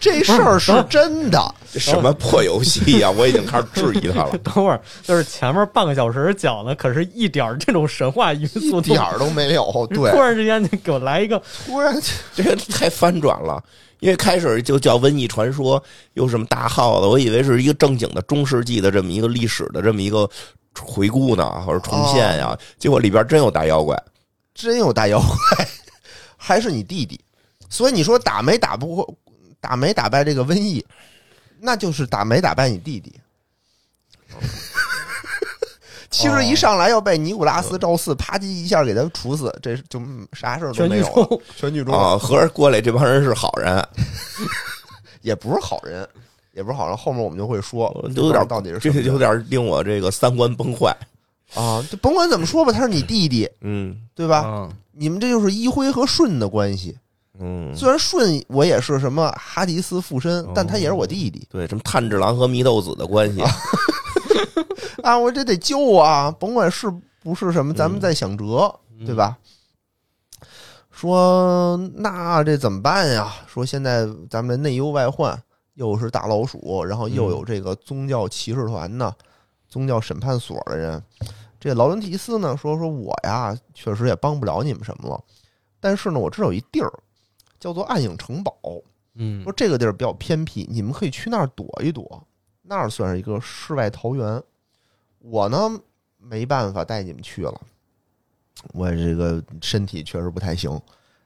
这事儿是真的。这什么破游戏呀、我已经开始质疑他了。 <laughs> 等会儿就是前面半个小时讲的，可是一点儿这种神话因素一都点 <laughs> 儿都没有，对突，然之间就给我来一个，突然这个太翻转了，因为开始就叫瘟疫传说，又什么大耗子，我以为是一个正经的中世纪的这么一个历史的这么一个回顾呢，或者重现哦呀、结果里边真有大妖怪，真有大妖怪，还是你弟弟。所以你说打没打不过，打没打败这个瘟疫，那就是打没打败你弟弟。其实一上来要被尼古拉斯赵四啪叽一下给他处死，这是就嗯啥事儿都全没剧有了。终，全剧终了啊，合着过来这帮人是好人，也不是好人，也不是好人。后面我们就会说我，都有点到底是这什个有么人点令我这个三观崩坏。啊，就甭管怎么说吧，他是你弟弟，嗯对吧？嗯你们这就是一辉和舜的关系。嗯，虽然舜我也是什么哈迪斯附身，但他也是我弟弟。对，什么炭治郎和祢豆子的关系，啊，我这得救啊！甭管是不是什么，咱们再想辙，对吧？说那这怎么办呀？说现在咱们内忧外患，又是大老鼠，然后又有这个宗教骑士团呢，宗教审判所的人。这劳伦提斯呢说说我呀，确实也帮不了你们什么了，但是呢，我知道有一地儿叫做暗影城堡，嗯说这个地儿比较偏僻，你们可以去那儿躲一躲，那儿算是一个世外桃源。我呢没办法带你们去了，我这个身体确实不太行，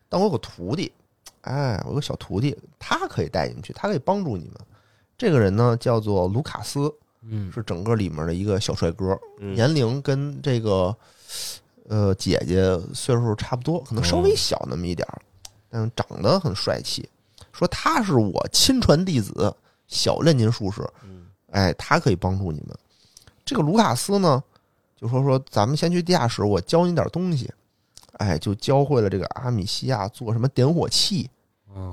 但我有个徒弟，哎，我有个小徒弟，他可以带你们去，他可以帮助你们。这个人呢叫做卢卡斯，嗯是整个里面的一个小帅哥，嗯年龄跟这个呃姐姐岁数差不多，可能稍微小那么一点儿，但长得很帅气。说他是我亲传弟子，小炼金术士，哎，他可以帮助你们。这个卢卡斯呢，就说说咱们先去地下室，我教你点东西。哎，就教会了这个阿米西亚做什么点火器。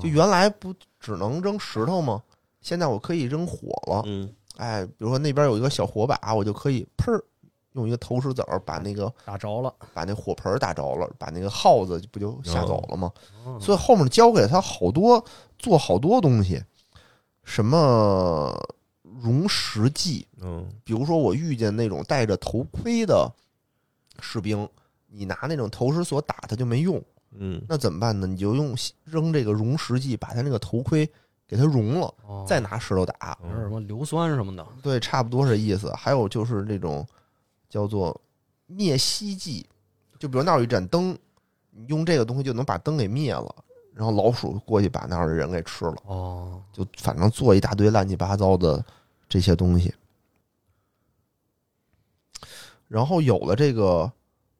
就就原来不只能扔石头吗？现在我可以扔火了。嗯哎，比如说那边有一个小火把，我就可以砰儿用一个投石子儿把那个打着了，把那火盆儿打着了，把那个耗子不就吓走了吗？所以后面教给了他好多做好多东西，什么熔石技，嗯比如说我遇见那种戴着头盔的士兵，你拿那种投石锁打他就没用，嗯，那怎么办呢？你就用扔这个熔石剂把他那个头盔给它熔了，哦再拿石头打。有点什么硫酸什么的，对，差不多是意思。还有就是那种叫做灭息剂，就比如那儿有一盏灯，你用这个东西就能把灯给灭了，然后老鼠过去把那儿的人给吃了，哦，就反正做一大堆乱七八糟的这些东西。然后有了这个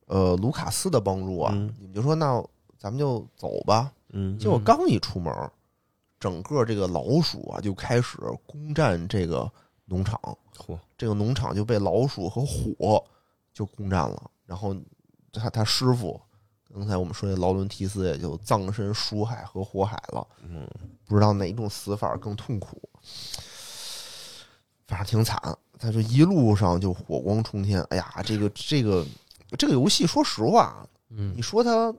呃卢卡斯的帮助啊，嗯你们就说那咱们就走吧。嗯结果刚一出门，整个这个老鼠啊就开始攻占这个农场，嚯，这个农场就被老鼠和火就攻占了。然后他他师傅，刚才我们说的劳伦提斯也就葬身鼠海和火海了，嗯不知道哪一种死法更痛苦，反正挺惨。他就一路上就火光冲天，哎呀，这个这个这个游戏，说实话，啊嗯你，说它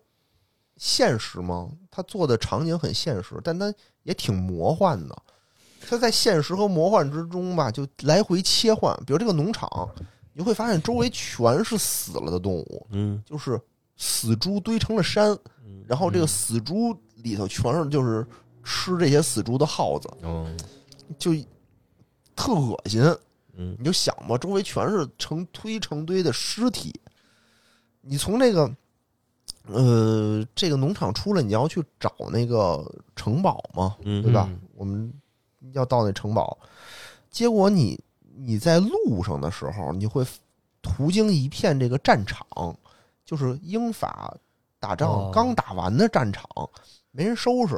现实吗？它做的场景很现实，但它也挺魔幻的。它在现实和魔幻之中吧，就来回切换。比如这个农场，你会发现周围全是死了的动物，嗯就是死猪堆成了山，嗯然后这个死猪里头全是就是吃这些死猪的耗子，嗯就特恶心。嗯你就想吧，周围全是成堆成堆的尸体。你从这个，呃，这个农场出来，你要去找那个城堡嘛，嗯对吧？嗯我们要到那城堡，结果你你在路上的时候，你会途经一片这个战场，就是英法打仗哦刚打完的战场，没人收拾，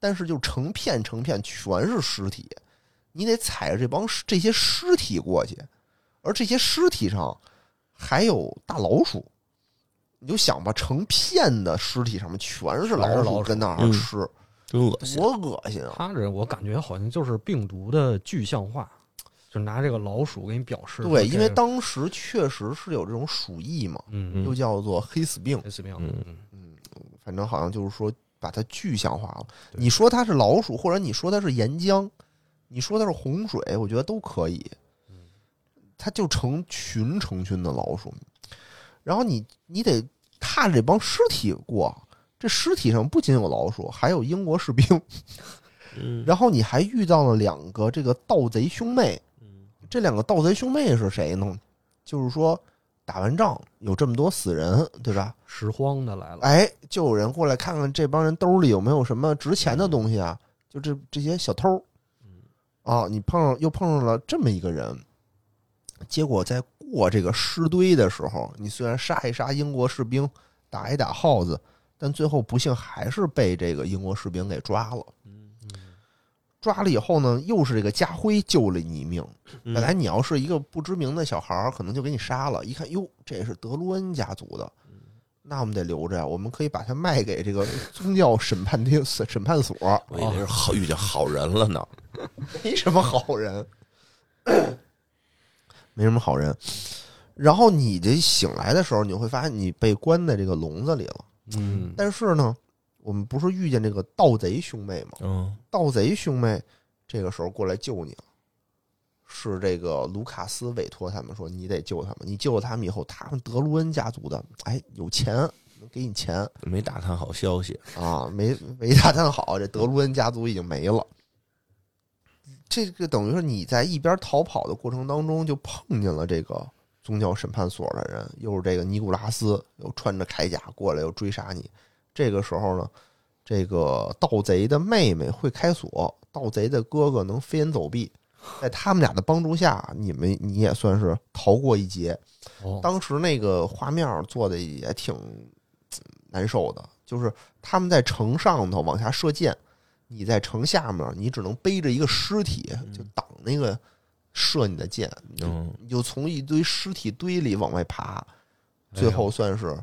但是就成片成片全是尸体，你得踩着这帮尸这些尸体过去，而这些尸体上还有大老鼠。你就想吧，成片的尸体上面全是全是老老鼠鼠跟那儿嗯吃，真恶心，多恶心啊！他这我感觉好像就是病毒的具象化，就拿这个老鼠给你表示，对，因为当当时确实是有这种鼠疫嘛，嗯又叫做黑死病，黑死病，嗯嗯反正好像就是说把它具象化了。对你说它是老鼠，或者你说它是岩浆，你说它是洪水，我觉得都可以。嗯它就成群成群的老鼠，然后你你得踏着这帮尸体过，这尸体上不仅有老鼠，还有英国士兵，嗯然后你还遇到了两个这个盗贼兄妹，嗯这两个盗贼兄妹是谁呢？就是说，打完仗有这么多死人，对吧？拾荒的来了，哎，就有人过来看看这帮人兜里有没有什么值钱的东西嗯啊？就这这些小偷嗯啊，你碰上又碰上了这么一个人，结果在过这个尸堆的时候，你虽然杀一杀英国士兵，打一打耗子，但最后不幸还是被这个英国士兵给抓了。嗯抓了以后呢，又是这个家辉救了你一命。嗯本来你要是一个不知名的小孩儿，可能就给你杀了。一看，哟，这是德卢恩家族的，嗯那我们得留着呀。我们可以把它卖给这个宗教审判厅审判所， <laughs> 我以为是好遇见好人了呢，没什么好人，没什么好人。然后你这醒来的时候，你会发现你被关在这个笼子里了。嗯，但是呢，我们不是遇见这个盗贼兄妹吗？嗯盗贼兄妹这个时候过来救你啊了，是这个卢卡斯委托他们说你得救他们，你救了他们以后，他们德卢恩家族的，哎，有钱能给你钱没打探好消息，啊，没没打探好，这德卢恩家族已经没了。这个等于是你在一边逃跑的过程当中，就碰见了这个宗教审判所的人，又是这个尼古拉斯，又穿着铠甲过来，又追杀你。这个时候呢，这个盗贼的妹妹会开锁，盗贼的哥哥能飞檐走壁，在他们俩的帮助下，你们你也算是逃过一劫。哦，当时那个画面做的也挺嗯难受的，就是他们在城上头往下嗯射箭，你在城下面，你只能背着一个尸体，就挡那个射你的箭，你就嗯，你就从一堆尸体堆里往外爬，哎呦最后算是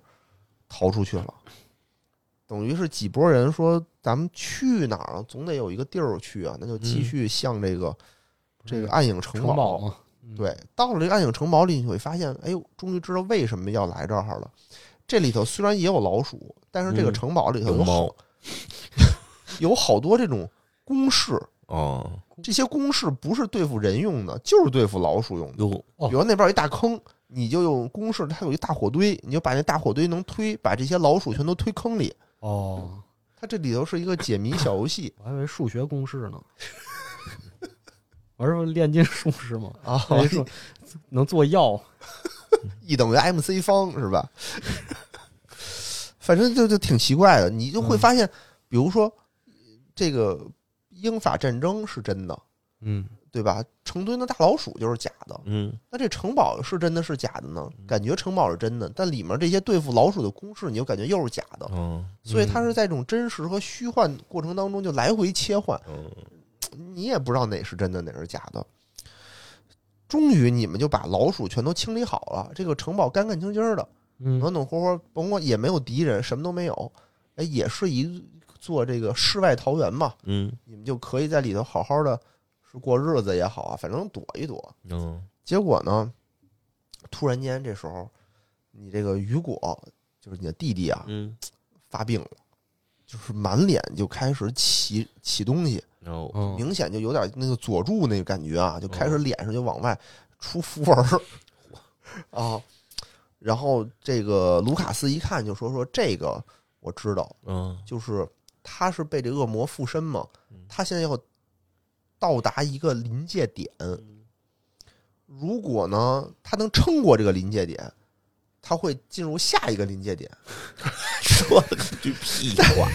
逃出去了。等于是几拨人说，咱们去哪儿啊？总得有一个地儿去啊，那就继续向这个、这个暗影城嗯城堡嘛，嗯对，，到了这个暗影城堡里，你会发现，哎呦，终于知道为什么要来这儿了。这里头虽然也有老鼠，但是这个嗯城堡里头有有好、猫有好多这种公式，哦，这些公式不是对付人用的，就是对付老鼠用的。哟，哦比如那边有一大坑，你就用公式，它有一大火堆，你就把那大火堆能推，把这些老鼠全都推坑里。哦，它这里头是一个解谜小游戏我还以为数学公式呢。我是炼金术士嘛，啊我以为说 <laughs> 能做药，一等于 MC 方是吧？反正就就挺奇怪的，你就嗯会发现，比如说这个英法战争是真的，嗯，对吧？成吨的大老鼠就是假的，嗯，那这城堡是真的是假的呢？感觉城堡是真的，但里面这些对付老鼠的公式，你就感觉又是假的，嗯，所以它是在这种真实和虚幻过程当中就来回切换，嗯，你也不知道哪是真的，哪是假的。终于，你们就把老鼠全都清理好了，这个城堡干干净净的，嗯暖暖和和，甭管也没有敌人，什么都没有，哎，也是一座这个世外桃源嘛，嗯，你们就可以在里头好好的是过日子也好啊，反正躲一躲。嗯，结果呢，突然间这时候，你这个雨果就是你的弟弟啊，嗯，发病了，就是满脸就开始起起东西，然后，嗯明显就有点那个佐助那个感觉啊，就开始脸上就往外出符文儿啊。然后这个卢卡斯一看就说说这个我知道，嗯，就是他是被这恶魔附身嘛嗯，他现在要到达一个临界点，如果呢他能撑过这个临界点，他会进入下一个临界点。说了句屁话，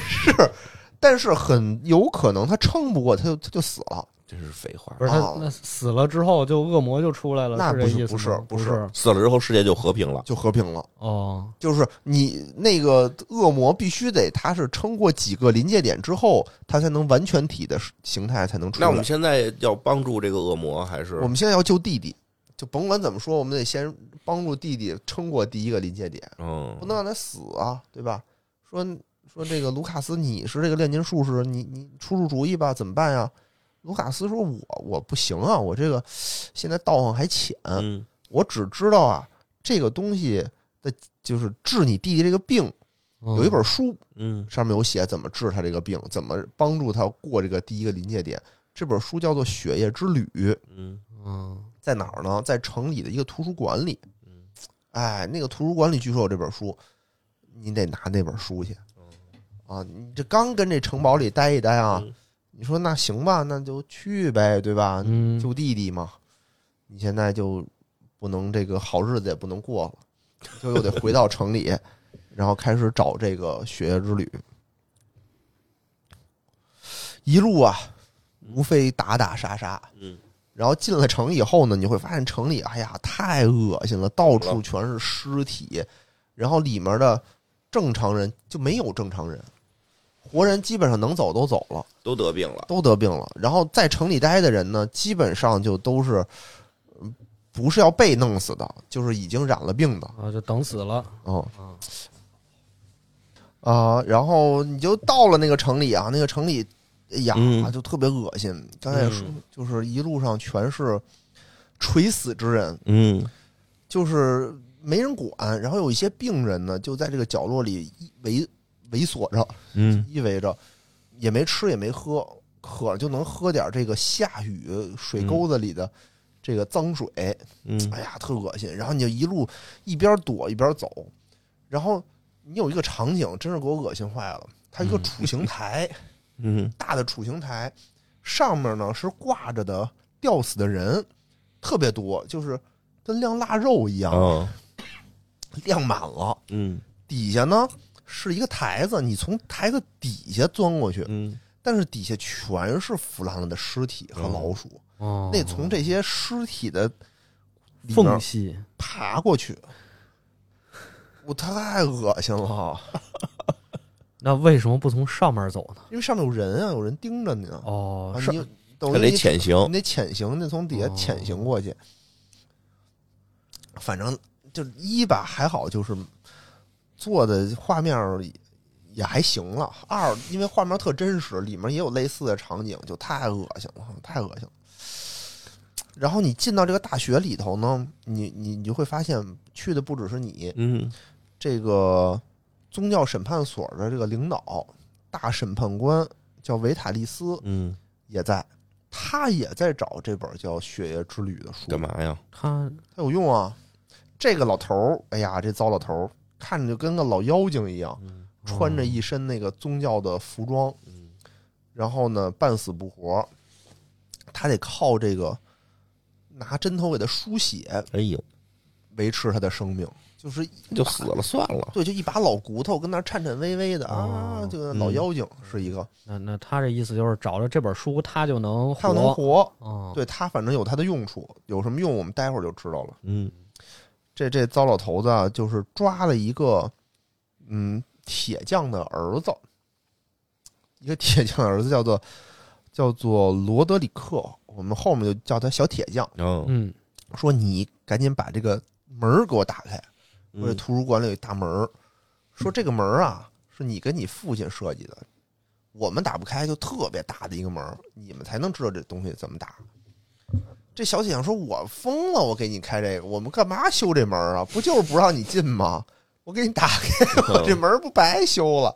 但是很有可能他撑不过，他就他就死了。真是废话不。是他哦那死了之后就恶魔就出来了，那这不是意思不是吗不不是死了之后，世界就和平了。就和平了。哦，就是你那个恶魔必须得，他是撑过几个临界点之后，他才能完全体的形态才能出来。那我们现在要帮助这个恶魔，还是我们现在要救弟弟，就甭管怎么说，我们得先帮助弟弟撑过第一个临界点，嗯不能让他死啊，对吧？说说这个卢卡斯，你是这个炼金术士，你你出出主意吧，怎么办呀？卢卡斯说我：“我不行啊，我这个现在道行还浅，嗯我只知道啊，这个东西的，就是治你弟弟这个病，有有一本书嗯上面有写怎么治他这个病，怎么帮助他过这个第一个临界点。这本书叫做《血液之旅》，嗯嗯在哪儿呢？在城里的一个图书馆里。嗯哎，那个图书馆里据说有这本书，你得拿那本书去。啊，你这刚跟这城堡里待一待啊，嗯你说那行吧，那就去呗，对吧？嗯救弟弟嘛，你现在就不能这个好日子也不能过了，就又得回到城里，然后开始找这个血液之旅。一路啊，无非打打杀杀。嗯然后进了城以后呢，你会发现城里，哎呀，太恶心了，到处全是尸体，然后里面的正常人就没有正常人，活人基本上能走都走了。都得病了。都得病了。然后在城里待的人呢，基本上就都是，嗯不是要被弄死的，就是已经染了病的。啊，就等死了，嗯啊啊、然后你就到了那个城里啊，那个城里，哎呀，嗯就特别恶心。刚才也说，嗯就是一路上全是垂死之人，嗯就是没人管。然后有一些病人呢，就在这个角落里依围围锁着，嗯依偎着，也没吃也没喝，渴了就能喝点这个下雨水沟子里的这个脏水，嗯哎呀，特恶心。然后你就一路一边躲一边走，然后你有一个场景，真是给我恶心坏了。它一个储形台，嗯大的储形台，上面呢是挂着的吊死的人，特别多，就是跟晾腊肉一样，啊晾满了。嗯底下呢是一个台子，你从台子底下钻过去，嗯但是底下全是腐烂了的尸体和老鼠，哦，那从这些尸体的里面缝隙，爬过去，我太恶心了，那为什么不从上面走呢？因为上面有人啊，有人盯着你呢。哦啊，上你等他于得你潜行，哦你得潜行，得从底下潜行过去。反正就一吧，还好就是做的画面儿也还行了。二，因为画面特真实，里面也有类似的场景，就太恶心了，太恶心了。然后你进到这个大学里头呢，你你你就会发现，去的不只是你，嗯，这个宗教审判所的这个领导大审判官叫维塔利斯，嗯，也在，他也在找这本叫《血液之旅》的书，干？嘛呀？他他有用啊！这个老头儿，哎呀，这糟老头儿，看着就跟个老妖精一样，穿着一身那个宗教的服装，然后呢，半死不活，他得靠这个拿针头给他输血哎呦，维持他的生命，就是就死了算了。对，就一把老骨头跟那儿颤颤巍巍的啊哦，就跟老妖精是一个，那那他这意思就是找着这本书，他就能他能活，哦，对他反正有他的用处，有什么用我们待会儿就知道了。嗯，这这糟老头子啊，就是抓了一个嗯铁匠的儿子，一个铁匠的儿子叫做叫做罗德里克，我们后面就叫他小铁匠。然后嗯说你赶紧把这个门儿给我打开，说这嗯图书馆里有一大门儿，说这个门儿啊是你跟你父亲设计的，我们打不开，就特别大的一个门儿，你们才能知道这东西怎么打。这小铁匠说：“我疯了，我给你开这个，我们干嘛修这门儿啊？不就是不让你进吗？我给你打开，我 <laughs> 嗯这门儿不白修了。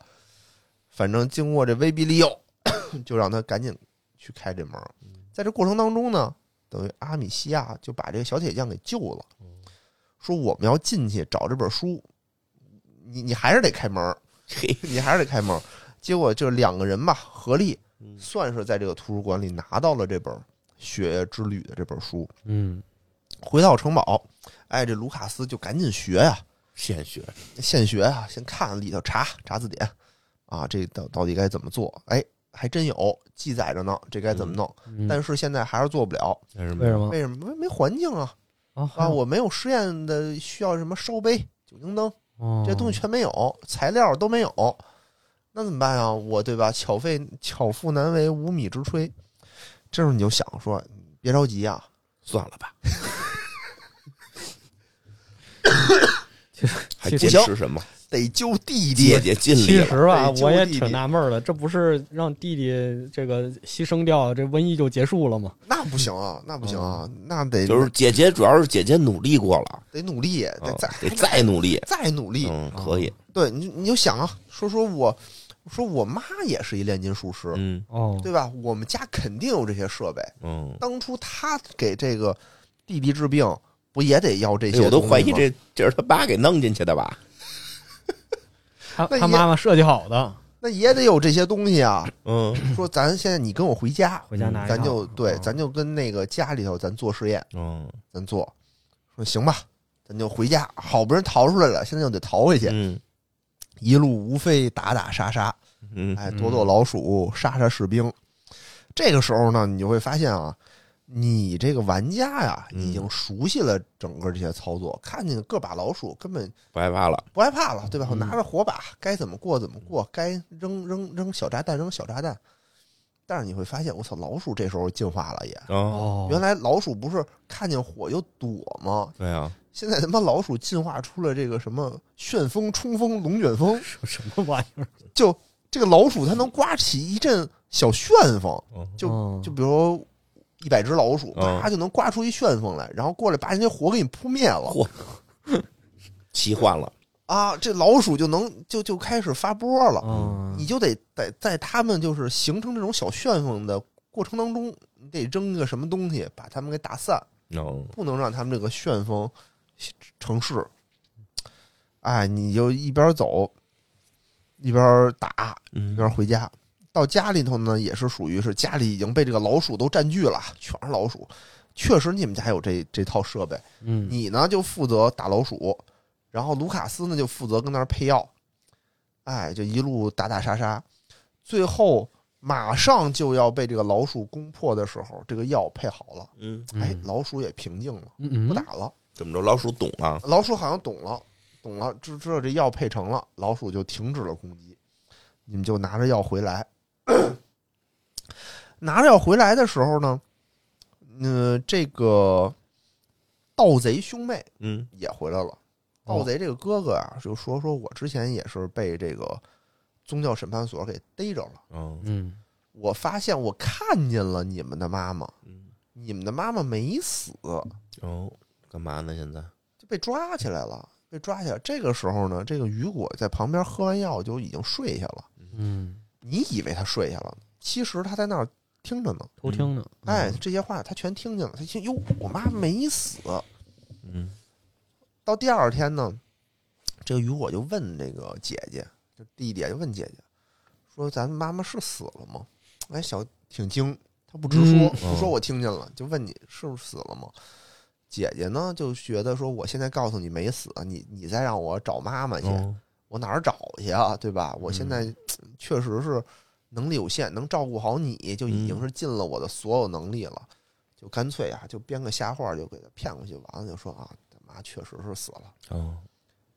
反正经过这威逼利诱， <coughs> 就让他赶紧去开这门儿。在这过程当中呢，等于阿米西亚就把这个小铁匠给救了，说我们要进去找这本书，你你还是得开门儿， <laughs> <laughs> 嘿，你还是得开门儿。结果就两个人吧，合力嗯算是在这个图书馆里拿到了这本《血液之旅》的这本书。嗯，回到城堡，哎，这卢卡斯就赶紧学呀、献血，现学啊，先看里头查查字典啊，这到到底该怎么做？哎，还真有记载着呢，这该怎么弄？嗯但是现在还是做不了，但是为什么为什么？没没环境啊啊嗯啊！我没有实验的需要什么烧杯、酒精灯，哦我这东西全没有，材料都没有，那怎么办啊？我对吧？巧费巧妇难为无米之炊。这时候你就想说，别着急啊，算了 <coughs> 吧，其实还其实坚持什么？得救弟弟姐。姐尽力其了，实吧，对我也救弟弟挺纳闷儿的，这不是让弟弟这个牺牲掉，这瘟疫就结束了吗？那不行啊，那不行啊，那得嗯 <coughs> 就是姐姐，主要是姐姐努力过了，得努力，啊得再得再努力。再努力。嗯，可以，对，你就你就想啊，说说我，说我妈也是一炼金术师，嗯哦，对吧？我们家肯定有这些设备。嗯，当初她给这个弟弟治病，不也得要这哎些？我都怀疑。这这是他爸给弄进去的吧？他那他也妈妈设计好的，那也得有这些东西啊！嗯说咱现在你跟我回家，回家拿一咱套就对，哦咱就跟那个家里头咱做实验，嗯咱做。说行吧，咱就回家。好不容易逃出来了，现在又得逃回去，嗯一路无非打打杀杀，嗯哎，躲躲老鼠，杀杀士兵。这个时候呢，你就会发现啊，你这个玩家呀，嗯已经熟悉了整个这些操作，看见个把老鼠根本不害怕了，不害怕了，对吧？我嗯拿着火把，该怎么过怎么过，该扔扔扔小炸弹扔小炸弹。但是你会发现，我操，老鼠这时候进化了也。哦，哦， <laughs> 原来老鼠不是看见火就躲吗？对啊，现在他妈老鼠进化出了这个什么旋风、冲锋、龙卷风，什什么玩意儿？就这个老鼠它能刮起一阵小旋风，嗯就哦就比如一百只老鼠，嗯啪就能刮出一旋风来，然后过来把人家火给你扑灭了嚯奇幻了，啊！这老鼠就能就就开始发波了，嗯你就得得在它们就是形成这种小旋风的过程当中，你得扔个什么东西把它们给打散，嗯，不能让它们这个旋风城市。哎，你就一边走一边打，一嗯边回家。到家里头呢，也是属于是家里已经被这个老鼠都占据了，全是老鼠。确实，你们家有这这套设备，嗯，你呢就负责打老鼠，然后卢卡斯呢就负责跟那儿配药，哎，就一路打打杀杀，最后马上就要被这个老鼠攻破的时候，这个药配好了，嗯，哎嗯，老鼠也平静了，嗯嗯不打了。怎么着？老鼠懂啊？老鼠好像懂了，懂了，知知道这药配成了，老鼠就停止了攻击。你们就拿着药回来， <coughs> 拿着要回来的时候呢，嗯、这个盗贼兄妹嗯也回来了。哦盗贼这个哥哥啊，就说说我之前也是被这个宗教审判所给逮着了。嗯嗯我发现我看见了你们的妈妈，嗯你们的妈妈没死，哦，干嘛呢？现在就被抓起来了，被抓起来。这个时候呢，这个雨果在旁边喝完药就已经睡下了。嗯，你以为他睡下了，其实他在那儿听着呢。偷听呢，嗯哎，这些话他全听见了。他听，哟，我妈没死。嗯到第二天呢，这个雨果就问这个姐姐，就弟啊弟就问姐姐说：“咱妈妈是死了吗？”哎，小挺精，她不直说，嗯不说我听见了，就问你是不是死了吗？姐姐呢就觉得说，我现在告诉你没死，啊你你再让我找妈妈去，哦我哪儿找去啊？对吧？我现在确实是能力有限，能照顾好你就已经是尽了我的所有能力了，就干脆啊，就编个瞎话就给他骗过去，完了就说啊，他妈确实是死了。哦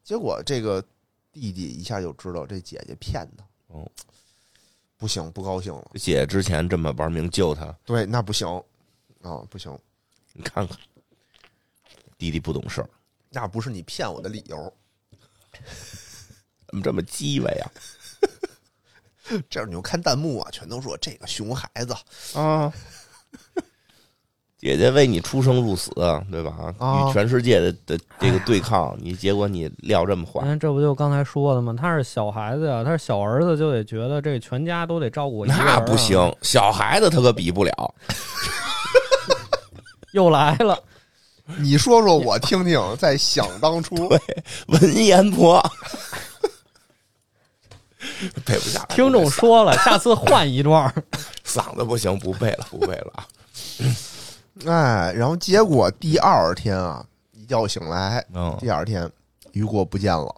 结果这个弟弟一下就知道这姐姐骗他，哦，不行，不高兴了。姐姐之前这么玩命救他，对，那不行啊，不行，你看看，弟弟不懂事儿，那不是你骗我的理由，怎么这么鸡歪呀？这样你就看弹幕啊，全都说这个熊孩子啊，姐姐为你出生入死，对吧？啊与全世界的的这个对抗，你结果你撂这么你话，看，这不就刚才说的吗？他是小孩子呀，他是小儿子，就得觉得这全家都得照顾我一个人啊那不行，，小孩子他可比不了。又来 <laughs> 了，你说说我听听，在想当初，文言博，背不下来。听众说 <laughs> 了，下次换一段儿。嗓子不行，不背了，不背了 <laughs> 啊！哎，然后结果第二天啊，一觉醒来，嗯，第二天雨果不见了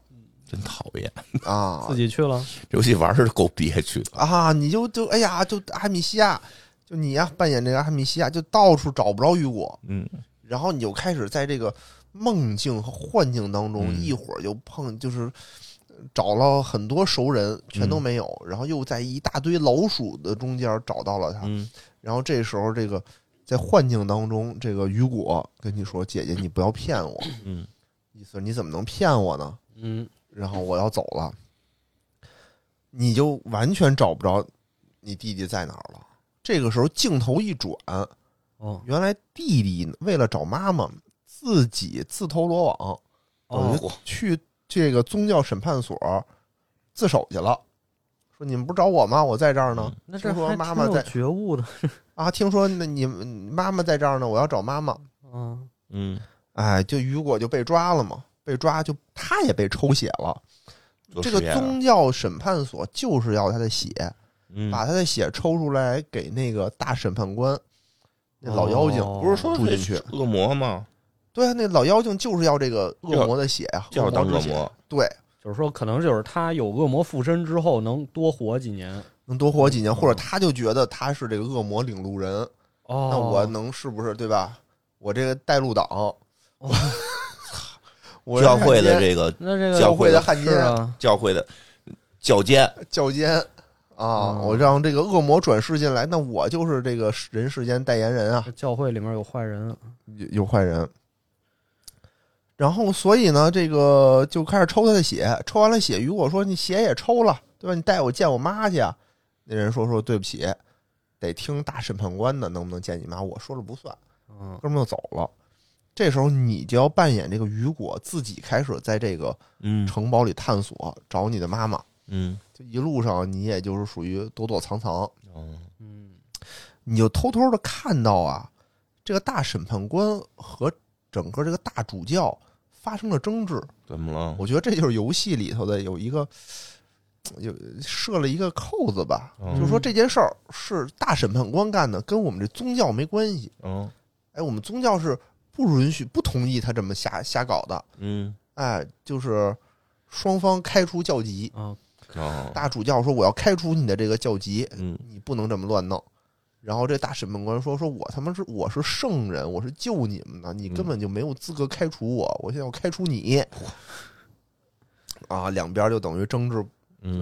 真讨厌，啊自己去了，游戏玩是够憋屈的。啊！你就就哎呀，就阿米西亚，就你呀、扮演这个阿米西亚，就到处找不着雨果，嗯，然后你就开始在这个梦境和幻境当中，嗯一会儿就碰就是。找了很多熟人，全都没有，然后又在一大堆老鼠的中间找到了他，嗯，然后这时候，这个在幻境当中，这个雨果跟你说：“姐姐，你不要骗我。”嗯，意思是你怎么能骗我呢？嗯，然后我要走了，你就完全找不着你弟弟在哪儿了。这个时候镜头一转，哦，原来弟弟为了找妈妈，自己自投罗网，哦，去这个宗教审判所自首去了。说你们不是找我吗？我在这儿呢。那听这说还妈挺妈有在觉悟的，啊，听说那你们妈妈在这儿呢，我要找妈妈。嗯，嗯，哎，就雨果就被抓了嘛，被抓就他也被抽血了。做这实个验啊了，宗教审判所就是要他的血，嗯把他的血抽出来给那个大审判官，那老妖精哦不是说住进去这恶魔吗？对啊，那老妖精就是要这个恶魔的血啊，就要当恶之血魔。对，就是说，可能就是他有恶魔附身之后能多活几年。能多活几年，哦或者他就觉得他是这个恶魔领路人，哦，那我能是不是对吧？我这个带路党，我 <laughs> 我是哦教会汉的奸这个那这个教教会的会汉是奸啊，教会的教监，教奸啊，嗯我让这个恶魔转世进来，那我就是这个人世间代言人啊。这教会里面有坏人，啊有有坏人。然后，所以呢，这个就开始抽他的血，抽完了血，雨果说：“你血也抽了，对吧？你带我见我妈去啊。”那人说：“说对不起，得听大审判官的，能不能见你妈？我说了不算。”嗯，哥们儿就走了。这时候你就要扮演这个雨果，自己开始在这个嗯城堡里探索，找你的妈妈。嗯，就一路上，你也就是属于躲躲藏藏，哦，嗯，你就偷偷的看到啊，这个大审判官和整个这个大主教发生了争执。怎么了？我觉得这就是游戏里头的有一个有设了一个扣子吧，哦就是说这件事儿是大审判官干的，跟我们这宗教没关系。嗯哎，我们宗教是不允许、不同意他这么瞎瞎搞的。嗯哎，就是双方开除教籍。啊，哦，大主教说：“我要开除你的这个教籍，嗯你不能这么乱弄。然后这大审判官说：“说我他妈是我是圣人，我是救你们的，你根本就没有资格开除我，我现在要开除你。”啊，两边就等于争执，就是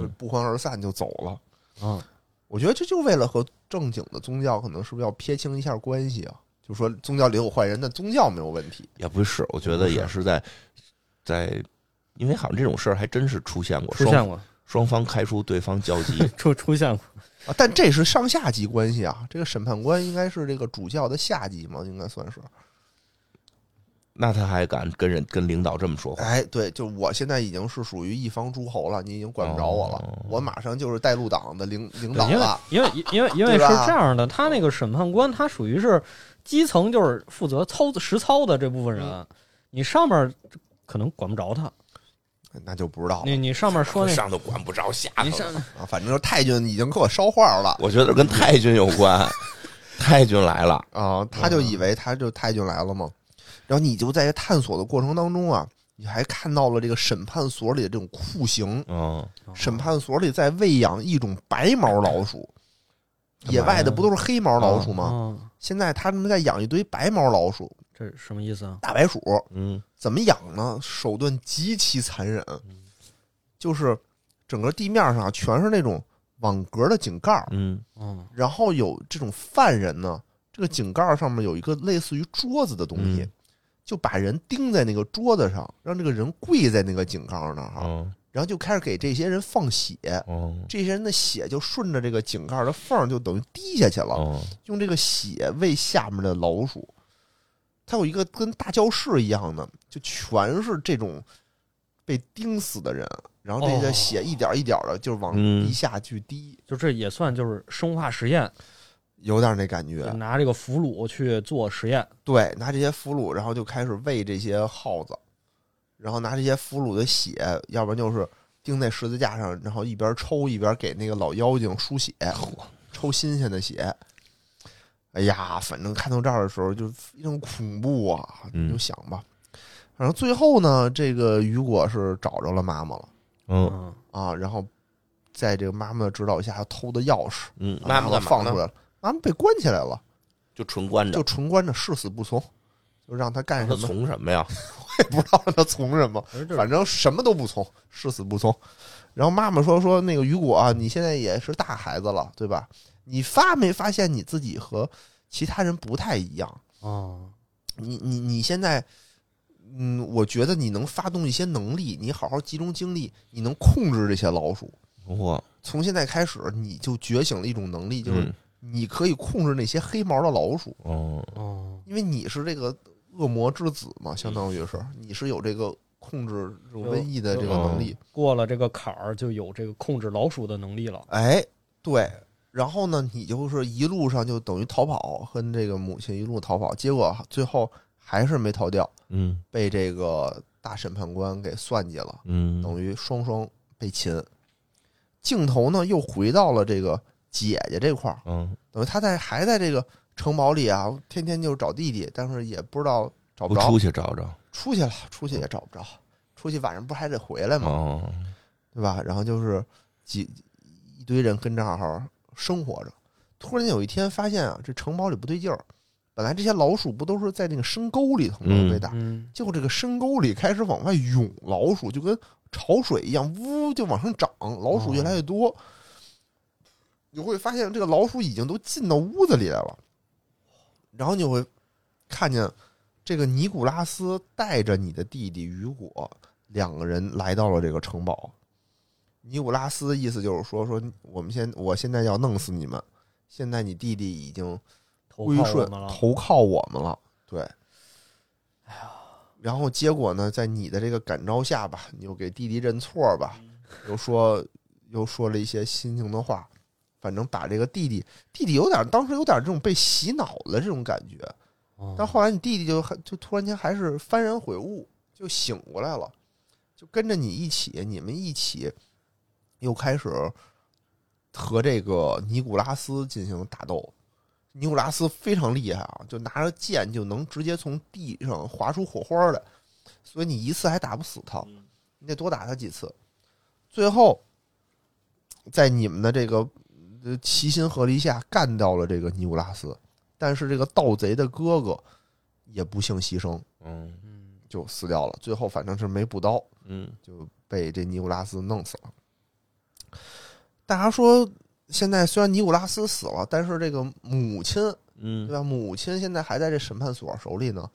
嗯不欢而散就走了。啊，我觉得这就为了和正经的宗教可能是不是要撇清一下关系啊？就说宗教里有坏人，但宗教没有问题，也不是，我觉得也是在在，因为好像这种事儿还真是出现过，出现双过，双方开除对方交集， <laughs> 出出现过，啊，但这是上下级关系啊，这个审判官应该是这个主教的下级嘛，应该算是。那他还敢跟人跟领导这么说话？哎，对，就我现在已经是属于一方诸侯了，你已经管不着我了，哦我马上就是带路党的领领对导因为了。因为因为因为对是吧这样的，他那个审判官他属于是基层，就是负责操实操的这部分嗯人，你上面可能管不着他。那就不知道了你你上面说那上头管不着下你头上，啊，反正就是太君已经给我捎话了我觉得跟太君有关，太君来了，啊，他就以为他就太君来了嘛。然后你就在探索的过程当中啊，你还看到了这个审判所里的这种酷刑，嗯，审判所里在喂养一种白毛老鼠，干嘛呀野外的不都是黑毛老鼠吗？啊，现在他们在养一堆白毛老鼠，这是什么意思啊？大白鼠，嗯，怎么养呢？手段极其残忍，就是整个地面上啊全是那种网格的井盖儿，嗯，嗯，然后有这种犯人呢，这个井盖儿上面有一个类似于桌子的东西，嗯就把人钉在那个桌子上，让这个人跪在那个井盖儿那儿哈，嗯，然后就开始给这些人放血，嗯，这些人的血就顺着这个井盖儿的缝儿就等于滴下去了，嗯，用这个血喂下面的老鼠。它有一个跟大教室一样的，就全是这种被钉死的人，然后这些哦血一点儿一点的就往嗯地下去滴，就这也算就是生化实验，有点那感觉就。拿这个俘虏去做实验，对，拿这些俘虏，然后就开始喂这些耗子，然后拿这些俘虏的血，要不然就是钉在十字架上，然后一边抽一边给那个老妖精输血，抽新鲜的血。哎呀，反正看到这儿的时候就非常恐怖啊！嗯你就想吧，反正最后呢，这个雨果是找着了妈妈了嗯，嗯，啊，然后在这个妈妈的指导下偷的钥匙，嗯，啊妈然妈后干嘛放出呢？来了，妈妈被关起来了，就纯关着就，纯关着，誓死不从，就让他干让他什么从什么 <laughs> 呀？不知道让他从什么，而这反正什么都不从，誓死不从。然后妈妈说说那个雨果啊，你现在也是大孩子了，对吧？你发没发现你自己和其他人不太一样？哦，你你你现在，嗯，我觉得你能发动一些能力，你好好集中精力，你能控制这些老鼠。我，从现在开始，你就觉醒了一种能力，就是嗯，你可以控制那些黑毛的老鼠。哦，哦，因为你是这个恶魔之子嘛，相当于是你是有这个控制这种瘟疫的这个能力。过了这个坎儿就有这个控制老鼠的能力了。哎，对，然后呢，你就是一路上就等于逃跑，跟这个母亲一路逃跑，结果最后还是没逃掉，嗯被这个大审判官给算计了，嗯，等于双双被擒。镜头呢又回到了这个姐姐这块儿，嗯，等于她在还在这个城堡里啊，天天就找弟弟，但是也不知道找不着。出去找找，出去了，出去也找不着，出去晚上不还得回来吗？哦，对吧？然后就是几一堆人跟这儿生活着，突然有一天发现啊，这城堡里不对劲儿。本来这些老鼠不都是在那个深沟里头吗？嗯被打，嗯，结果这个深沟里开始往外涌老鼠，就跟潮水一样，呜就往上涨，老鼠越来越多。你会发现这个老鼠已经都进到屋子里来了，然后你会看见这个尼古拉斯带着你的弟弟雨果两个人来到了这个城堡。尼古拉斯的意思就是说，说我们现我现在要弄死你们，现在你弟弟已经投归靠我顺们了，哎投靠我们了。对，哎呀，然后结果呢，在你的这个感召下吧，你又给弟弟认错吧，嗯又说又说了一些心情的话，反正把这个弟弟弟弟有点当时有点这种被洗脑的这种感觉，哦但后来你弟弟就还就突然间还是幡然悔悟，就醒过来了，就跟着你一起，你们一起又开始和这个尼古拉斯进行打斗。尼古拉斯非常厉害啊，就拿着剑就能直接从地上划出火花来，所以你一次还打不死他，你得多打他几次。最后，在你们的这个呃齐心合力下，干掉了这个尼古拉斯。但是这个盗贼的哥哥也不幸牺牲，嗯嗯，就死掉了。最后反正是没补刀，嗯就被这尼古拉斯弄死了。大家说，现在虽然尼古拉斯死了，但是这个母亲对嗯，吧？母亲现在还在这审判所手里呢，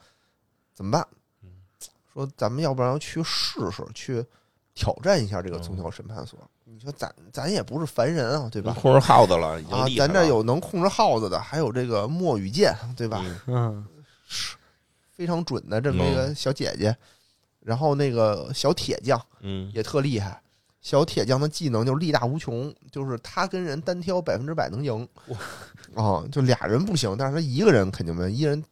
怎么办嗯？说咱们要不然去试试，去挑战一下这个宗教审判所。你说咱咱也不是凡人啊，对吧？控制耗子了，已经啊，嗯厉害咱了这有能控制耗子的，还有这个墨雨剑，对吧？嗯嗯是非常准的这么一个小姐姐。然后那个小铁匠嗯，也特厉害，小铁匠的技能就是力大无穷，就是他跟人单挑百分之百能赢。啊，就俩人不行，但是他一个人肯定没问题，一人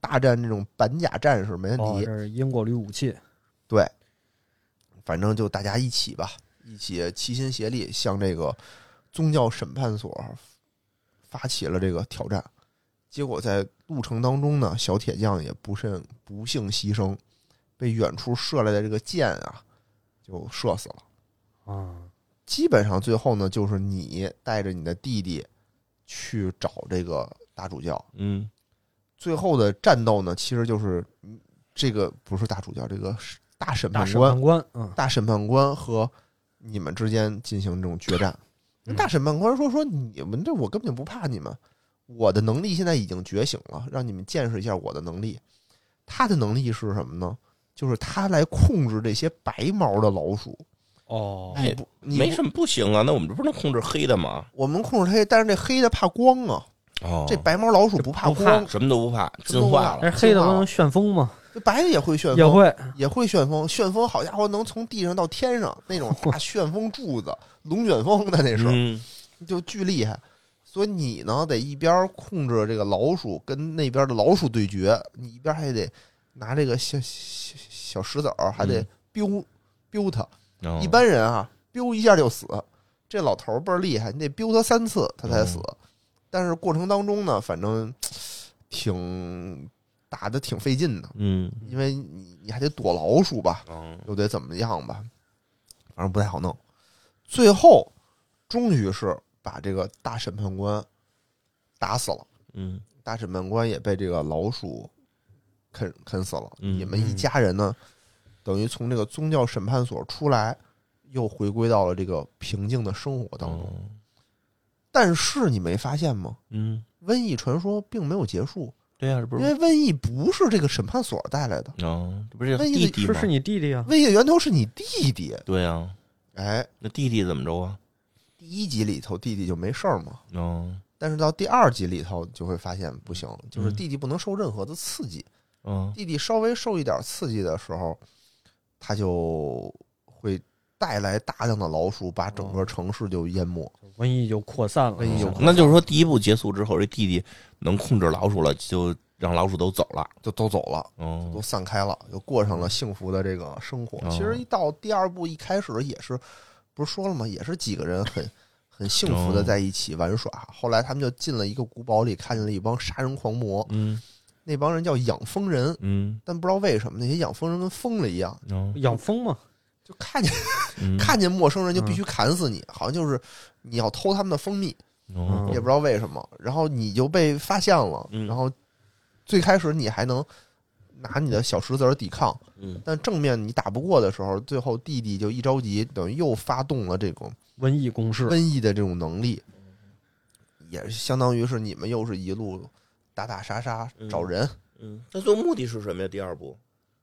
大战这种板甲战士没问哦，题。这是英国铝武器，反正就大家一起吧，一起齐心协力向这个宗教审判所发起了这个挑战。结果在路程当中呢，小铁匠也不慎不幸牺牲，被远处射来的这个箭啊，就射死了。啊，基本上最后呢，就是你带着你的弟弟去找这个大主教。嗯最后的战斗呢，其实就是嗯这个不是大主教，这个是大审大判审官判官，嗯大审判官和你们之间进行这种决战。嗯大审判官说：“说你们这我根本就不怕你们，我的能力现在已经觉醒了，让你们见识一下我的能力。”他的能力是什么呢？就是他来控制这些白毛的老鼠。哦哎你不，你没不什么不行啊，那我们这不能控制黑的吗？我们控制黑，但是这黑的怕光啊，哦这白毛老鼠不怕不怕光，什么都不怕，什进么都不怕化了，但是黑的不能旋风吗？这白的也会旋也风，会也会旋风，旋风好家伙，能从地上到天上那种大旋风柱子，龙卷风的那是。嗯就巨厉害。所以你呢，得一边控制这个老鼠跟那边的老鼠对决，你一边还得拿这个小小小石子儿，还得嗯丢丢它。哦一般人啊，丢一下就死。这老头儿倍儿厉害，你得丢他三次他哦才死。但是过程当中呢，反正挺打的挺费劲的，嗯因为你你还得躲老鼠吧，嗯又得怎么样吧，反正不太好弄。最后，终于是把这个大审判官打死了，嗯大审判官也被这个老鼠啃啃死了。嗯你们一家人呢，等于从这个宗教审判所出来，又回归到了这个平静的生活当中。哦但是你没发现吗？嗯，瘟疫传说并没有结束，对呀，这不因是为瘟疫不是这个审判所带来的，哦，这不是那弟意思弟是吗是？你弟弟啊，瘟疫的源头是你弟弟。对呀，哎，那弟弟怎么着啊？第一集里头弟弟就没事儿嘛，哦但是到第二集里头就会发现不行，就是弟弟不能受任何的刺激，哦弟弟稍微受一点刺激的时候，他就会带来大量的老鼠，把整个城市就淹没。瘟疫就扩散了，啊瘟疫就那就是说，第一步结束之后，这弟弟能控制老鼠了，就让老鼠都走了。就都走了，都哦，散开了，又过上了幸福的这个生活。哦其实一到第二部一开始也是，不是说了吗？也是几个人很 <laughs> 很幸福的哦在一起玩耍。后来他们就进了一个古堡里，看见了一帮杀人狂魔，嗯那帮人叫养蜂人，嗯，但不知道为什么那些养蜂人跟疯了一样，哦养蜂嘛，就看见 <laughs> 嗯看见陌生人就必须砍死你，好像就是你要偷他们的蜂蜜，哦也不知道为什么。然后你就被发现了，嗯然后最开始你还能拿你的小石子儿抵抗，嗯但正面你打不过的时候，最后弟弟就一着急，等于又发动了这种瘟疫攻势瘟疫的这种能力，也是相当于是你们又是一路打打杀杀嗯找人。嗯，那最后目的是什么呀？第二步，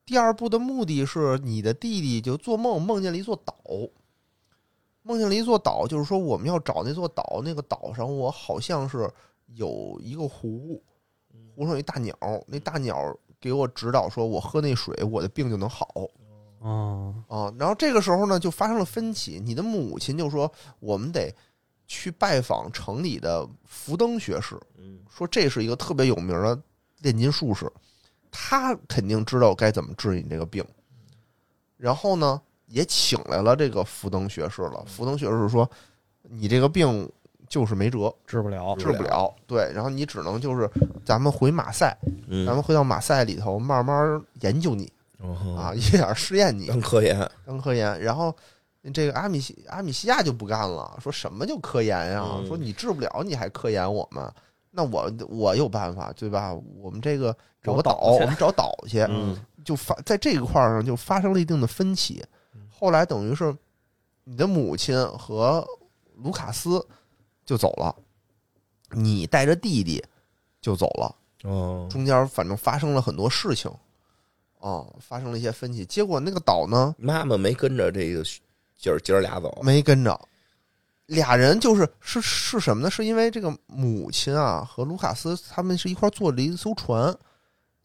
第二部的目的是你的弟弟就做梦梦见了一座岛，梦见了一座岛，就是说我们要找那座岛，那个岛上我好像是有一个湖，湖上有一大鸟，那大鸟给我指导说，我喝那水我的病就能好哦，啊。然后这个时候呢，就发生了分歧，你的母亲就说我们得去拜访城里的福登学士，嗯说这是一个特别有名的炼金术士，他肯定知道该怎么治你这个病。然后呢，也请来了这个福登学士了。福登学士说：“你这个病就是没辙，治不了，治不了。对，然后你只能就是咱们回马赛，嗯，咱们回到马赛里头慢慢研究你啊，哦，一点儿试 <laughs> 验你。当科研，当科研，然后这个阿米西阿米西亚就不干了，说什么就科研呀、嗯说你治不了，你还科研我们？那我我有办法，对吧？我们这个有找个岛，岛去我们找岛去，嗯 <laughs> 就发在这个块儿上就发生了一定的分歧。后来等于是你的母亲和卢卡斯就走了，你带着弟弟就走了。哦，中间反正发生了很多事情，啊，发生了一些分歧。结果那个岛呢妈妈没跟着这个姐儿姐儿俩走，没跟着，俩人就是是是什么呢？是因为这个母亲啊和卢卡斯他们是一块儿坐了一艘船，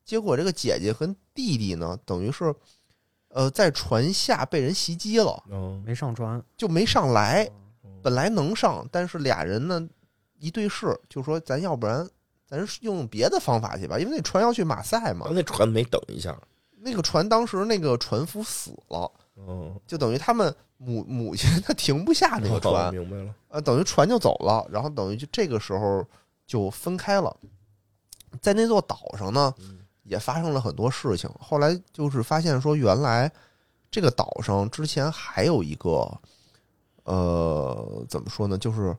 结果这个姐姐跟弟弟呢，等于是呃在船下被人袭击了，嗯没上船，就没上来嗯。本来能上，但是俩人呢一对视，就说咱要不然咱用别的方法去吧，因为那船要去马赛嘛啊。那船没等一下，那个船当时那个船夫死了，嗯，就等于他们母母亲 <laughs> 她停不下那个哦船，明白了，呃，等于船就走了，然后等于就这个时候就分开了。在那座岛上呢，嗯也发生了很多事情。后来就是发现说，原来这个岛上之前还有一个，呃，怎么说呢，就是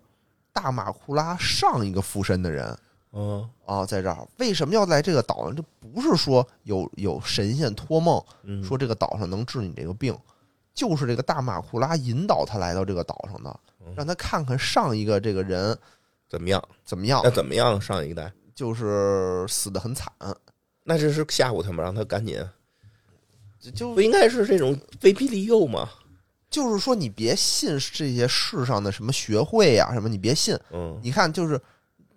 大马库拉上一个附身的人，嗯啊，在这儿为什么要来这个岛呢？这不是说有有神仙托梦嗯，说这个岛上能治你这个病，就是这个大马库拉引导他来到这个岛上的，嗯让他看看上一个这个人怎么样？怎么样那，怎么样？上一代，就是死的很惨，那这是吓唬他们，让他赶紧，就就不应该是这种威逼利诱吗？就是说你别信这些世上的什么学会呀、什么，你别信。嗯，你看，就是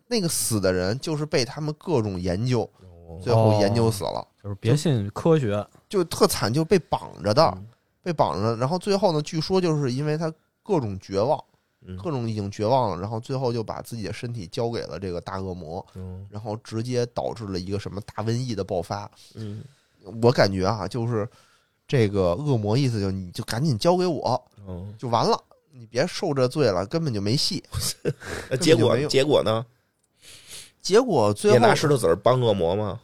那个死的人，就是被他们各种研究，哦最后研究死了，就是别信科学，就特惨，就被绑着的。嗯被绑着，然后最后呢，据说就是因为他各种绝望，嗯各种已经绝望了，然后最后就把自己的身体交给了这个大恶魔，嗯然后直接导致了一个什么大瘟疫的爆发。嗯我感觉啊，就是这个恶魔意思就是你就赶紧交给我嗯，就完了，你别受这罪了，根本就没戏。那结根本就果没有结果呢？结果最也后拿石头子儿帮恶魔吗？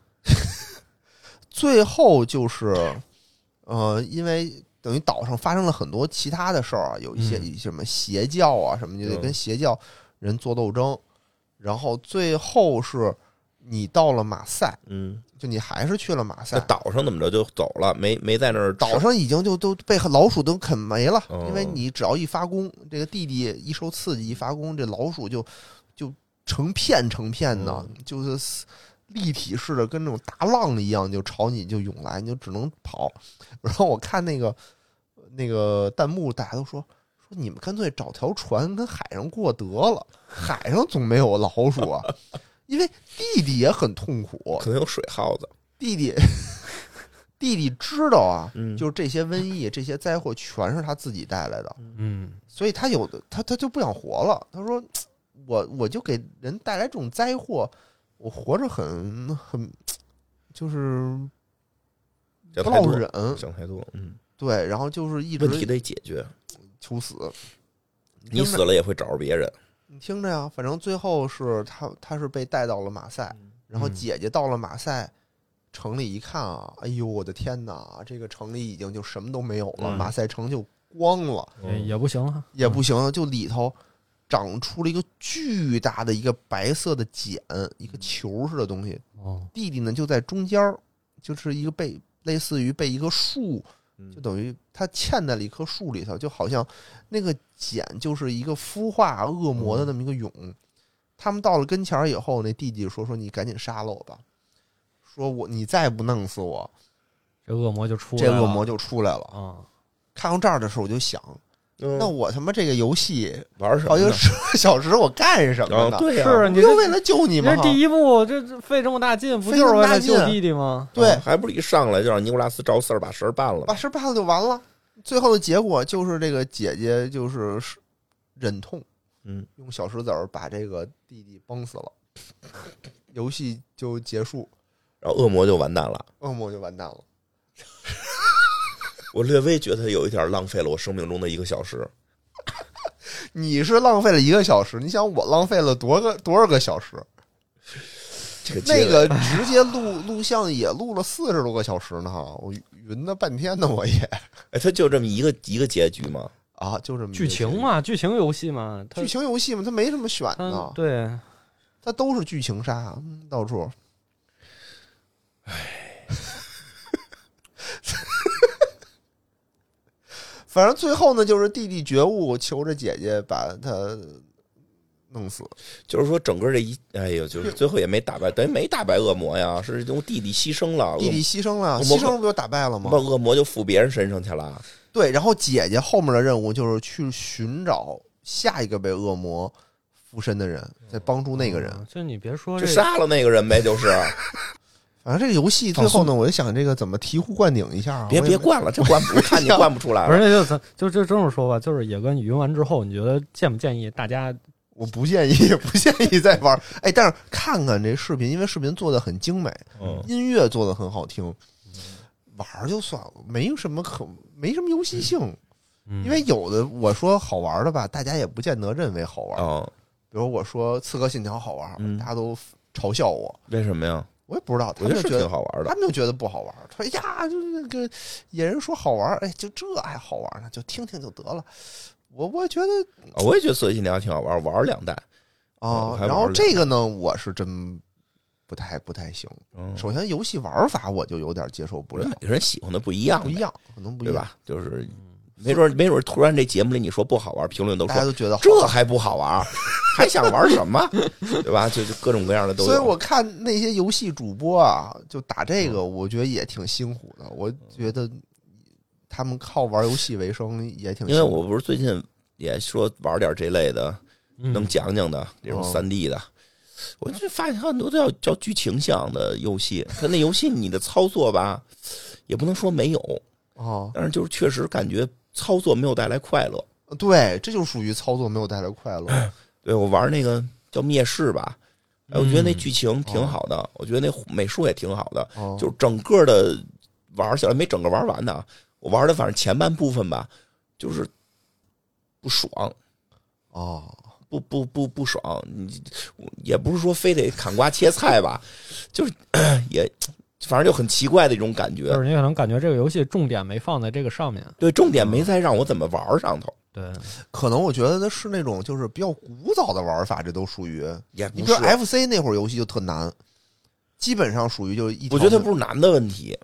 最后就是，呃，因为等于岛上发生了很多其他的事儿啊，有一些嗯一些什么邪教啊什么，就得嗯跟邪教人做斗争，然后最后是你到了马赛，嗯，就你还是去了马那赛。岛上怎么着就走了？没没在那儿岛上已经就都被老鼠都啃没了，哦因为你只要一发功，这个弟弟一受刺激一发功，这老鼠就就成片成片的，嗯就是立体式的，跟那种大浪一样，就朝你就涌来，你就只能跑。 <laughs> 然后我看那个那个弹幕，大家都说说你们干脆找条船跟海上过得了，海上总没有老鼠啊，因为弟弟也很痛苦，可能有水耗子。弟弟 <laughs> 弟弟知道啊，嗯就是这些瘟疫、这些灾祸全是他自己带来的，嗯，所以他有的他他就不想活了。他说：“我我就给人带来这种灾祸，我活着很很就是想不太落多，忍。想太多。嗯，”对，然后就是一问题直得解决，求死。你听死着了也会找着别人。你听着呀，反正最后是他他是被带到了马赛，然后嗯姐姐到了马赛城里一看啊，哎呦我的天哪，这个城里已经就什么都没有了，嗯马赛城就光了。哎也哎也不行啊了，也不行，就里头长出了一个巨大的一个白色的茧，嗯一个球似的东西。哦，弟弟呢就在中间儿，就是一个被类似于被一个树，嗯就等于他嵌在了一棵树里头，就好像那个茧就是一个孵化恶魔的嗯那么一个蛹。他们到了跟前儿以后，那弟弟说：“说你赶紧杀了我吧，说我你再不弄死我，这恶魔就出来这了，恶魔就出来了。啊，”看到这儿的时候，我就想，嗯那我他妈这个游戏玩什跑么就呢？嗯十个小时，我干什么啊，呢？对呀，是不你就这为了救你你这们是吗？第一步，这这费这么大劲，不费就是这么为大了救劲嗯弟弟吗？对，还不是一上来就让尼古拉斯找事儿把事儿办了把吗？事办了就完了。最后的结果就是这个姐姐就是忍痛嗯，用小石子儿把这个弟弟崩死了，游戏就结束，然后恶魔就完蛋了。恶魔就完蛋了。我略微觉得有一点浪费了我生命中的一个小时。你是浪费了一个小时，你想我浪费了多个多少个小时？这个结尾那个直接录录像也录了四十多个小时呢，我云了半天呢，我也哎，他就这么一个一个结局吗？啊，就这么一个剧情嘛，剧情游戏嘛，结它局，剧情啊游戏嘛，它没什么选它的，对，它都是剧情杀，嗯到处。 <laughs> 反正最后呢，就是弟弟觉悟，求着姐姐把他弄死。啊就是说整个这一，哎呦，就是最后也没打败，等于没打败恶魔呀，是用弟弟牺牲了，弟弟牺牲了，我牺牲了不就打败了吗把？恶魔就附别人身上去了。对，然后姐姐后面的任务就是去寻找下一个被恶魔附身的人，再帮助那个哦人。就你别说就啊这，杀了那个人呗， <laughs> 就是反正这个游戏最后呢，我就想这个怎么醍醐灌顶一下啊？别我也别灌了，这灌不看你灌不出来 <laughs> 不了。是就咱就就这么说吧，就是野哥，你云完之后，你觉得建不建议大家我不建议， <laughs> 不建议再玩儿。哎，但是看看这视频，因为视频做的很精美，嗯音乐做的很好听，玩儿就算了，没什么可没什么游戏性。嗯因为有的我说好玩儿的吧，大家也不见得认为好玩儿。哦，比如我说《刺客信条》好玩儿嗯，大家都嘲笑我，为什么呀？我也不知道，他我们觉得是就觉挺得。好玩他的。们就觉得不好玩儿，他说哎呀，就是那个野人说好玩儿，哎，就这还好玩儿呢，就听听就得了。我我觉得哦我也觉得《刺客信条》挺好玩，玩儿两代。啊嗯，还然玩后儿这个呢，我是真不太不太行。嗯，首先，游戏玩法我就有点接受不了人，每个人喜欢的不一样呗，不一样，可能不一对样，嗯吧？就是没准没准突然这节目里你说不好玩，评论都大家说都觉得好这还不好玩，还想玩什 <laughs> 么？对吧？就就各种各样的都有。所以我看那些游戏主播啊，就打这嗯个，我觉得也挺辛苦的。我觉得他们靠玩游戏为生也挺辛苦，因为我不是最近也说玩点这类的，能嗯能讲讲的这种哦三 D 的。我就发现很多都要叫剧情向的游戏，它那游戏你的操作吧，也不能说没有，啊，但是就是确实感觉操作没有带来快乐。对，这就属于操作没有带来快乐。 <clears throat> 对我玩那个叫《灭世》吧，哎，我觉得那剧情挺好的，我觉得那美术也挺好的，哦就是整个的玩下来没整个玩完呢。我玩的反正前半部分吧，就是不爽，哦，不不不不爽。你我也不是说非得砍瓜切菜吧，就是 <coughs> 也反正就很奇怪的一种感觉就。是你可能感觉这个游戏重点没放在这个上面，对，重点没在让我怎么玩上头，对，可能我觉得是那种就是比较古早的玩法，这都属于。也你哎不比是如。FC 那会儿游戏就特难，基本上属于就是一条我觉得它不是难的问题，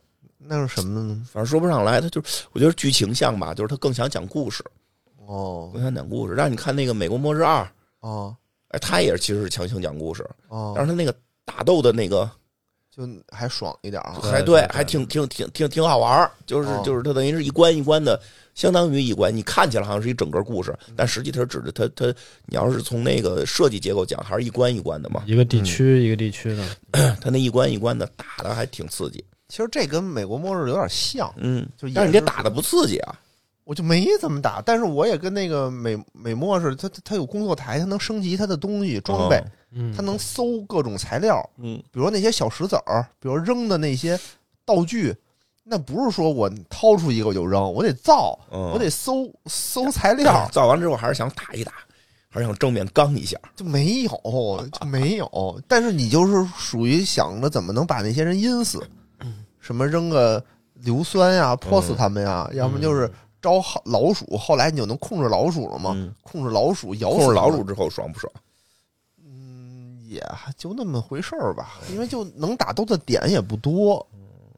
那是什么呢？反正说不上来。它就是，我觉得剧情像吧，就是它更想讲故事，哦我想讲故事，让你看那个《美国末日二》，哦哎，他也其实是强行讲故事，但哦，是他那个打斗的那个就还爽一点啊！还对对还挺挺挺挺挺好玩儿，就是哦就是他等于是一关一关的，相当于一关，你看起来好像是一整个故事，但实际它是指的它它，你要是从那个设计结构讲，还是一关一关的嘛，一个地区一个地区的，他那一关一关的打的还挺刺激，其实这跟美国末日有点像，嗯，就也但是你这是打的不刺激啊，我就没怎么打，但是我也跟那个美美墨似的，他他他有工作台，他能升级他的东西装哦备，嗯，他能搜各种材料，嗯，比如那些小石子儿，比如扔的那些道具，那不是说我掏出一个我就扔，我得造，嗯我得搜搜材料，造完之后还是想打一打，还是想正面刚一下，就没有就没有。但是你就是属于想着怎么能把那些人阴死，什么扔个硫酸呀、泼嗯死他们呀，要么就是招好老鼠，后来你就能控制老鼠了嘛，嗯控制老鼠咬死控制老它们鼠之后爽不爽？也就那么回事儿吧，因为就能打斗的点也不多，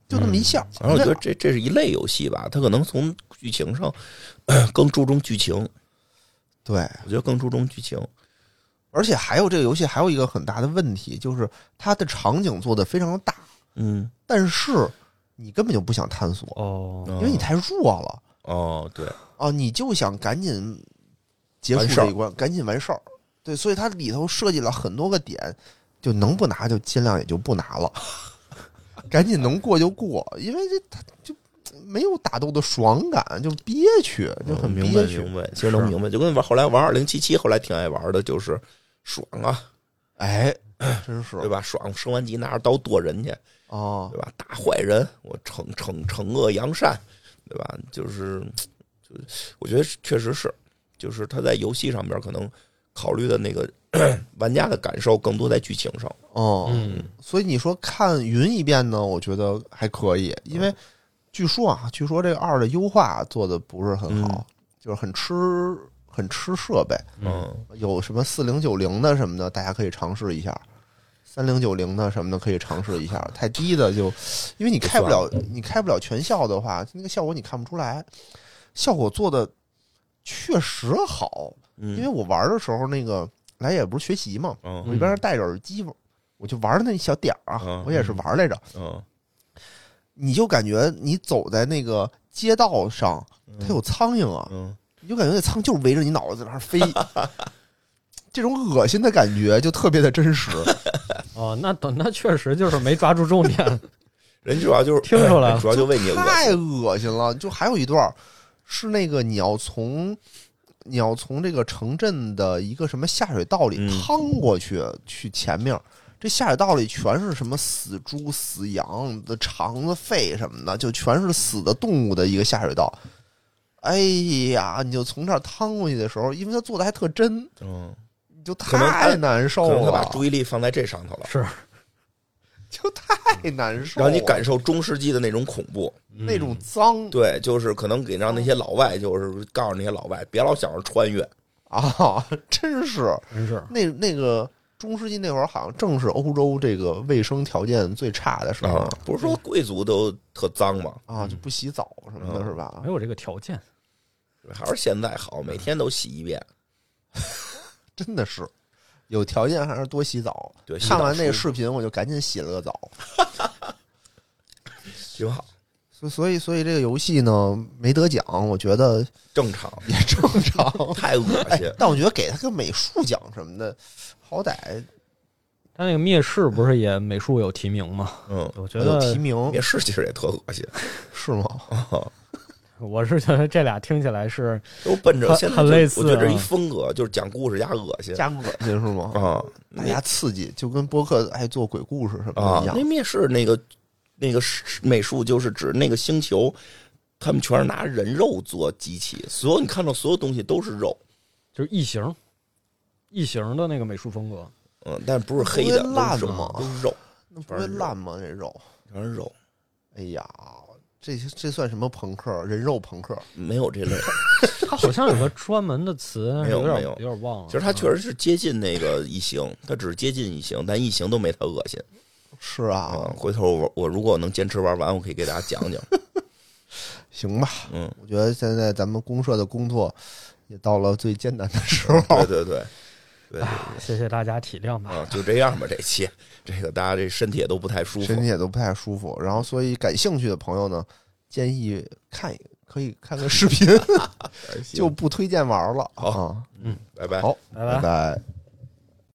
就那么一下。反正我觉得那这这是一类游戏吧，它可能从剧情上 <coughs> 呃更注重剧情，对，我觉得更注重剧情。而且还有这个游戏还有一个很大的问题，就是它的场景做的非常大，嗯，但是你根本就不想探索，哦，因因为你太弱了哦，对，啊，你就想赶紧结束完事儿这一关，赶紧完事儿。对，所以它里头设计了很多个点，就能不拿就尽量也就不拿了， <laughs> 赶紧能过就过，因为这它就没有打斗的爽感，就憋屈，就很嗯明白憋屈。明白，其实能明白，就跟玩后来玩二零七七，后来挺爱玩的，就是爽啊，哎， <clears throat> 真是对吧？爽，升完级拿着刀剁人去，啊对吧？打坏人，我惩惩惩恶扬善，对吧？就是，就我觉得是确实是，就是他在游戏上边可能考虑的那个 <clears throat> 玩家的感受更多在剧情上。哦，嗯，所以你说看云一遍呢，我觉得还可以，嗯因为据说啊，据说这个二的优化做的不是很好，就是很吃很吃设备，嗯，有什么四零九零的什么的，大家可以尝试一下。三零九零的什么的可以尝试一 <laughs> 下，太低的就，因为你开不了，你开不了全效的话，那个效果你看不出来。效果做的确实好，因为嗯，我玩的时候那个来也不是学习嘛，嗯我一边儿戴着耳机，我就玩那小点儿啊嗯，我也是玩来着。嗯，你就感觉你走在那个街道上，它有苍蝇啊，嗯，你就感觉那苍蝇就是围着你脑袋在那儿飞，这种恶心的感觉就特别的真实。哦，那等那确实就是没抓住重 <laughs> 点。 <laughs> 人主要就是听出来了 <laughs> 主要就为你恶太心，恶心了。就还有一段儿是那个你要从你要从这个城镇的一个什么下水道里嗯趟过去，去前面儿。这下水道里全是什么死猪、死羊的肠子、肺什么的，就全是死的动物的一个下水道。哎呀，你就从这儿趟过去的时候，因为他做的还特真，嗯，你就可能他太难受可能他了，把注意力放在这上头了，就太难受了，让嗯你感受中世纪的那嗯种恐怖。那嗯种脏对，就是可能给让那些老外，就是告诉那些老外，别老想着穿越。啊， <laughs> 真是。真啊是，那那个中世纪那会儿，好像正是欧洲这个卫生条件最差的时候啊， <laughs> 嗯不是说贵族都特脏吗？啊，就不洗澡什么的，嗯是吧没？有这个条件。还是现在好，每天都洗一遍。真的是有条件还是多洗澡。对，洗澡看完那舒个服视频，我就赶紧洗了个澡。挺好，所所以所以这个游戏呢没得奖，我觉得正常，也正常。 <laughs> 太恶哎心。，但我觉得给他个美术奖什么的，好歹他那个灭世不是也美术有提名吗？嗯，我觉有提得名也是，其实也特恶心，是吗？我是觉得这俩听起来是都奔着很现在很就类似我觉得这一啊风格就是讲故事加恶心加恶 <laughs> 心是吗？啊大家刺激，就跟播客爱做鬼故事什么的啊一！样那。面试那个那个是美术就是指那个星球，他们全是拿人肉做机器，所有你看到所有东西都是肉，就是异形，异形的那个美术风格。嗯，但不是黑的，不会都烂是吗肉，都是肉，那不会烂吗？这肉？全是肉，哎呀，这这算什么朋克？人肉朋克？没有这类。 <laughs> 它好像有个专门的词，没有有点没有有点忘了。其实它确实实是接近那个异形，它只是接近异形，但异形都没它恶心是啊啊，！回头我我如果能坚持玩完，我可以给大家讲 <laughs> 讲。行吧，嗯，我觉得现在咱们公社的工作也到了最艰难的 <laughs> 时对候。对对，对对对啊谢谢大家体谅吧。啊，就这样吧，这期这个大家这身体也都不太舒服身，体也都不太舒服，然后所以感兴趣的朋友呢，建议看一可以看个视频，就不推荐玩了。好啊，拜拜。好，拜拜拜。